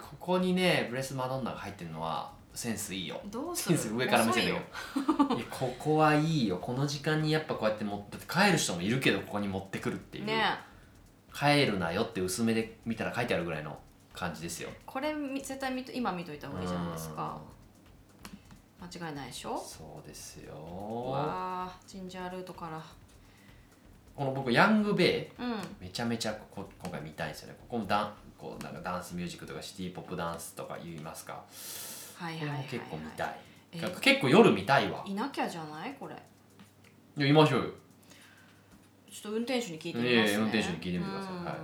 ーここにねブレス・マドンナが入ってるのはセンスいいよ
どうす
セン
る
ス上から見せ
遅
て
い
よ
よ
いやここはいいよこの時間にやっぱこうやって持ってって帰る人もいるけどここに持ってくるっていう、
ね
帰るなよって薄めで見たら書いてあるぐらいの感じですよ
これみ絶対見と今見といた方がいいじゃないですか間違いないでし
うん
ょ
そうですよ
う
こ
わージンジャールートから
の僕ヤングベイ
うん
めちゃめちゃこ今回見たいんですよねここもダンこうなんかダンスミュージックとかシティポップダンスとか言いますか
はい
こ
はい
れ
はい、は
も
い、
結構見たい、
え
結構夜見たいわ
いなきゃじゃないこれ
いや見ましょうよ
ちょっと運転手に聞いてみ
い
ます
えいえ
ね
運転手に聞いてみてくださいはい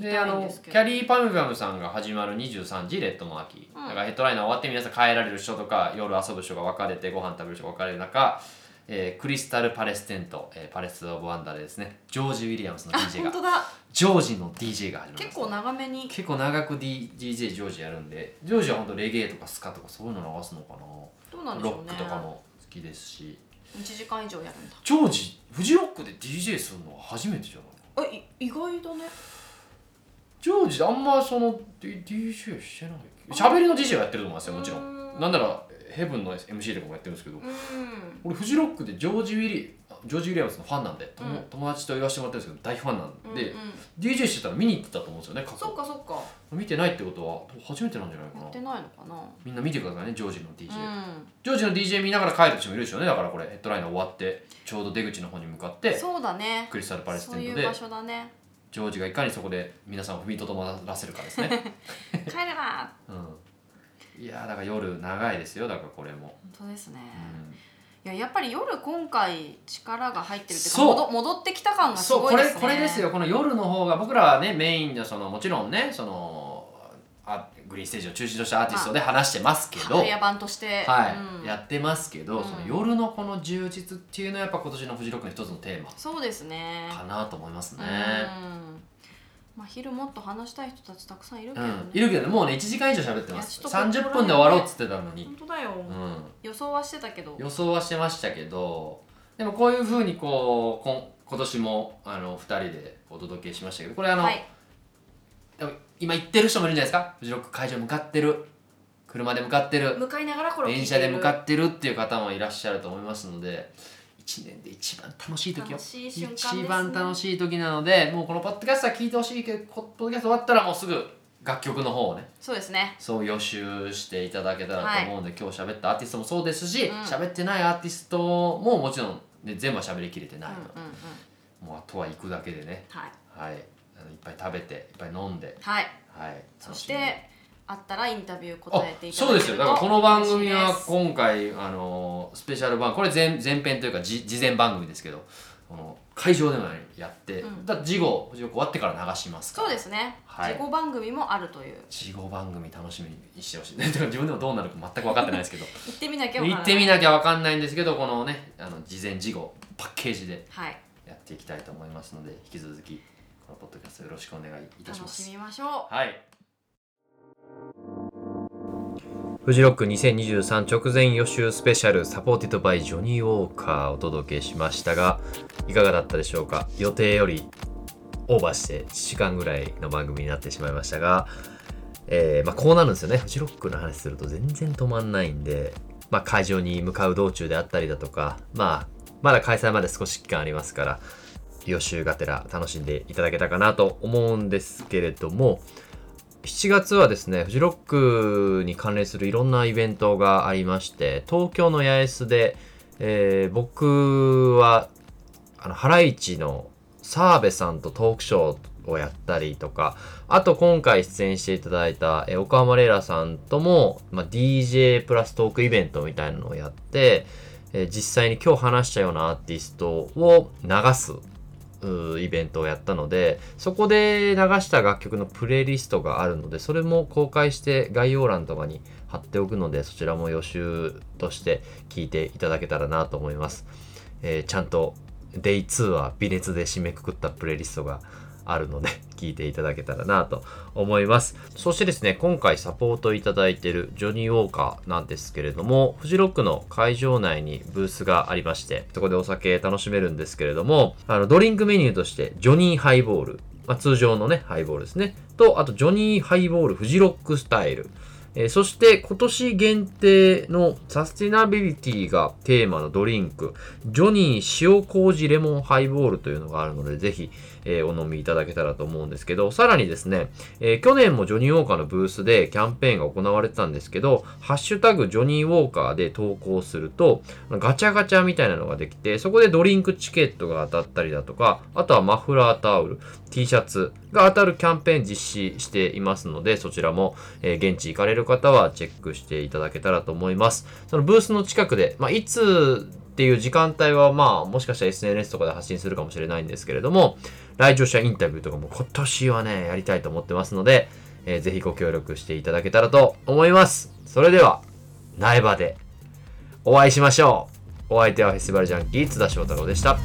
い
であのキャリーパムパムさんが始まる23時レッドの秋、
うん
だからヘッドライナー終わって皆さん帰られる人とか夜遊ぶ人が分かれてご飯食べる人が分かれる中、えークリスタル・パレステント、えーパレス・オブ・ワンダーでですねジョージ・ウィリアムスの
あ
DJ
本
が
当だ
ジョージの DJ が始まります
結構長めに
結構長く、D、DJ ジョージやるんでジョージは本当レゲエとかスカとかそういうの流すのかな
どうなんで
ロ
しょ
ッ
うね
クとかも好きですし
1時間以上やるんだ
ジョージフジロックで DJ するのは初めてじゃない
あい意外だね
ジョージあんまその D- DJ してない喋りの DJ はやってると思いますよもちろん
ん
なんならヘブンの MC とかもやってるんですけど
うん
俺フジロックでジョージ・ウィリあジョージ・ウィリアムスのファンなんで、友
うん
友達と言わせてもらってるんですけど大ファンなんで、
うんうん
DJ してたら見に行ってたと思うんですよね過
そっ
去
かそっか
見てないってことは初めてなんじゃないか
や
な
ってないのかな
みんな見てくださいねジョージの DJ、
う
ジョージの DJ 見ながら帰る人もいるでしょうねだからこれヘッドライナー終わってちょうど出口の方に向かっ
ん
て
そうだね
クリスタル・パレス
そう
テ
い
ント
う
で
場所だね
ジョージがいかにそこで皆さんを踏みとどまらせるかですね
帰れば
うんいやーだから夜長いですよだからこれも、
本当ですね
うん
いややっぱり夜今回力が入ってるっていうか
そう
戻戻ってきた感がす
そう
ご
こ
いで
れ
すね
これですよこの夜の方が僕らはねメインのそのもちろんねそのあグリーンステージを中心としたアーティストで話してますけど、
春夜版として
はい
うん
やってますけど、
うん
その夜のこの充実っていうのはやっぱ今年のフジロックの一つのテーマ
そうですね
かなと思います
う
ね。
んまあ昼もっと話したい人たちたくさんいるけ
う
どね
ん、いるけどねもうね1時間以上喋ってます
いやちょっと
30分で終わろうっつってたのに、
本当だよ
うん、
予想はしてたけど
予想はしてましたけどでもこういうふうにこうこん今年もあの2人でお届けしましたけどこれあの、
はい
でも今行ってる人もいるんじゃないですかフジロック会場向かってる車で向かってる
向かいながらこれを聞いて
電
い
車で
る
向かってるっていう方もいらっしゃると思いますので1年で一番楽しい時よ
楽しい瞬間ですね
一番楽しい時なのでもうこのポッドキャストは聞いてほしいけどポッドキャスト終わったらもうすぐ楽曲の方をね
そうですね
そう予習していただけたらと思うんで、今日喋ったアーティストもそうですし
うん
喋、ってないアーティストももちろん、ね、全部は喋りきれて
う
なんい
うん
の
うん
で、もうあとは行くだけでね、
はい
はい、あのいっぱい食べていっぱい飲んで、
はい
はい、
そし
楽みに
てあったらインタビュー
あ
答えていた
そう
だけ
で
ると
すよだからこの番組は
嬉しいです
今回あのスペシャル版これ前前編というかじ事前番組ですけどこの会場でもやって、
うん
だから事後終わってから流しますから
そうですね
はい
自己番組もあるという
事後番組楽しみにしてほしい だから自分でもどうなるか全く分かってないですけど
行ってみなきゃわか
行
らない
ってみなきゃ分かんないんですけどこのねあの事前事後パッケージで
はい
やっていきたいと思いますので引き続きこのポッドキャストよろしくお願いいたしま
楽
す
しみましょ
はい。フジロック2023直前予習スペシャルサポーティドバイジョニー・ウォーカーお届けしましたがいかがだったでしょうか予定よりオーバーして1時間ぐらいの番組になってしまいましたが、えーまあ、こうなるんですよねフジロックの話すると全然止まんないんで、まあ、会場に向かう道中であったりだとか、まあ、まだ開催まで少し期間ありますから予習がてら楽しんでいただけたかなと思うんですけれども7月はですねフジロックに関連するいろんなイベントがありまして東京の八重洲で、えー僕はあのハライチの澤部さんとトークショーをやったりとかあと今回出演していただいた、えー岡浜レイラさんとも、まあ、DJ プラストークイベントみたいなのをやって、えー実際に今日話したようなアーティストを流すうーイベントをやったのでそこで流した楽曲のプレイリストがあるのでそれも公開して概要欄とかに貼っておくのでそちらも予習として聞いていただけたらなと思います、えーちゃんと Day2 は微熱で締めくくったプレイリストがあるので 聞いていただけたらなと思いますそしてですね今回サポートいただいているジョニー・ウォーカーなんですけれどもフジロックの会場内にブースがありましてそこでお酒楽しめるんですけれどもあのドリンクメニューとしてジョニーハイボール、まあ、通常のねハイボールですねとあとジョニーハイボールフジロックスタイルえーそして今年限定のサスティナビリティがテーマのドリンク、ジョニー塩麹レモンハイボールというのがあるので、ぜひ、えーお飲みいただけたらと思うんですけど、さらにですね、えー去年もジョニーウォーカーのブースでキャンペーンが行われてたんですけど、ハッシュタグジョニーウォーカーで投稿すると、ガチャガチャみたいなのができて、そこでドリンクチケットが当たったりだとか、あとはマフラータオル、T シャツが当たるキャンペーン実施していますので、そちらも、えー現地行かれる方はチェックしていただけたらと思います。そのブースの近くで、まあ、いつっていう時間帯は、まあ、もしかしたら SNS とかで発信するかもしれないんですけれども、来場者インタビューとかも今年はね、やりたいと思ってますので、えーぜひご協力していただけたらと思います。それでは、苗場でお会いしましょう。お相手はフェスティバルジャンキー津田翔太郎でした。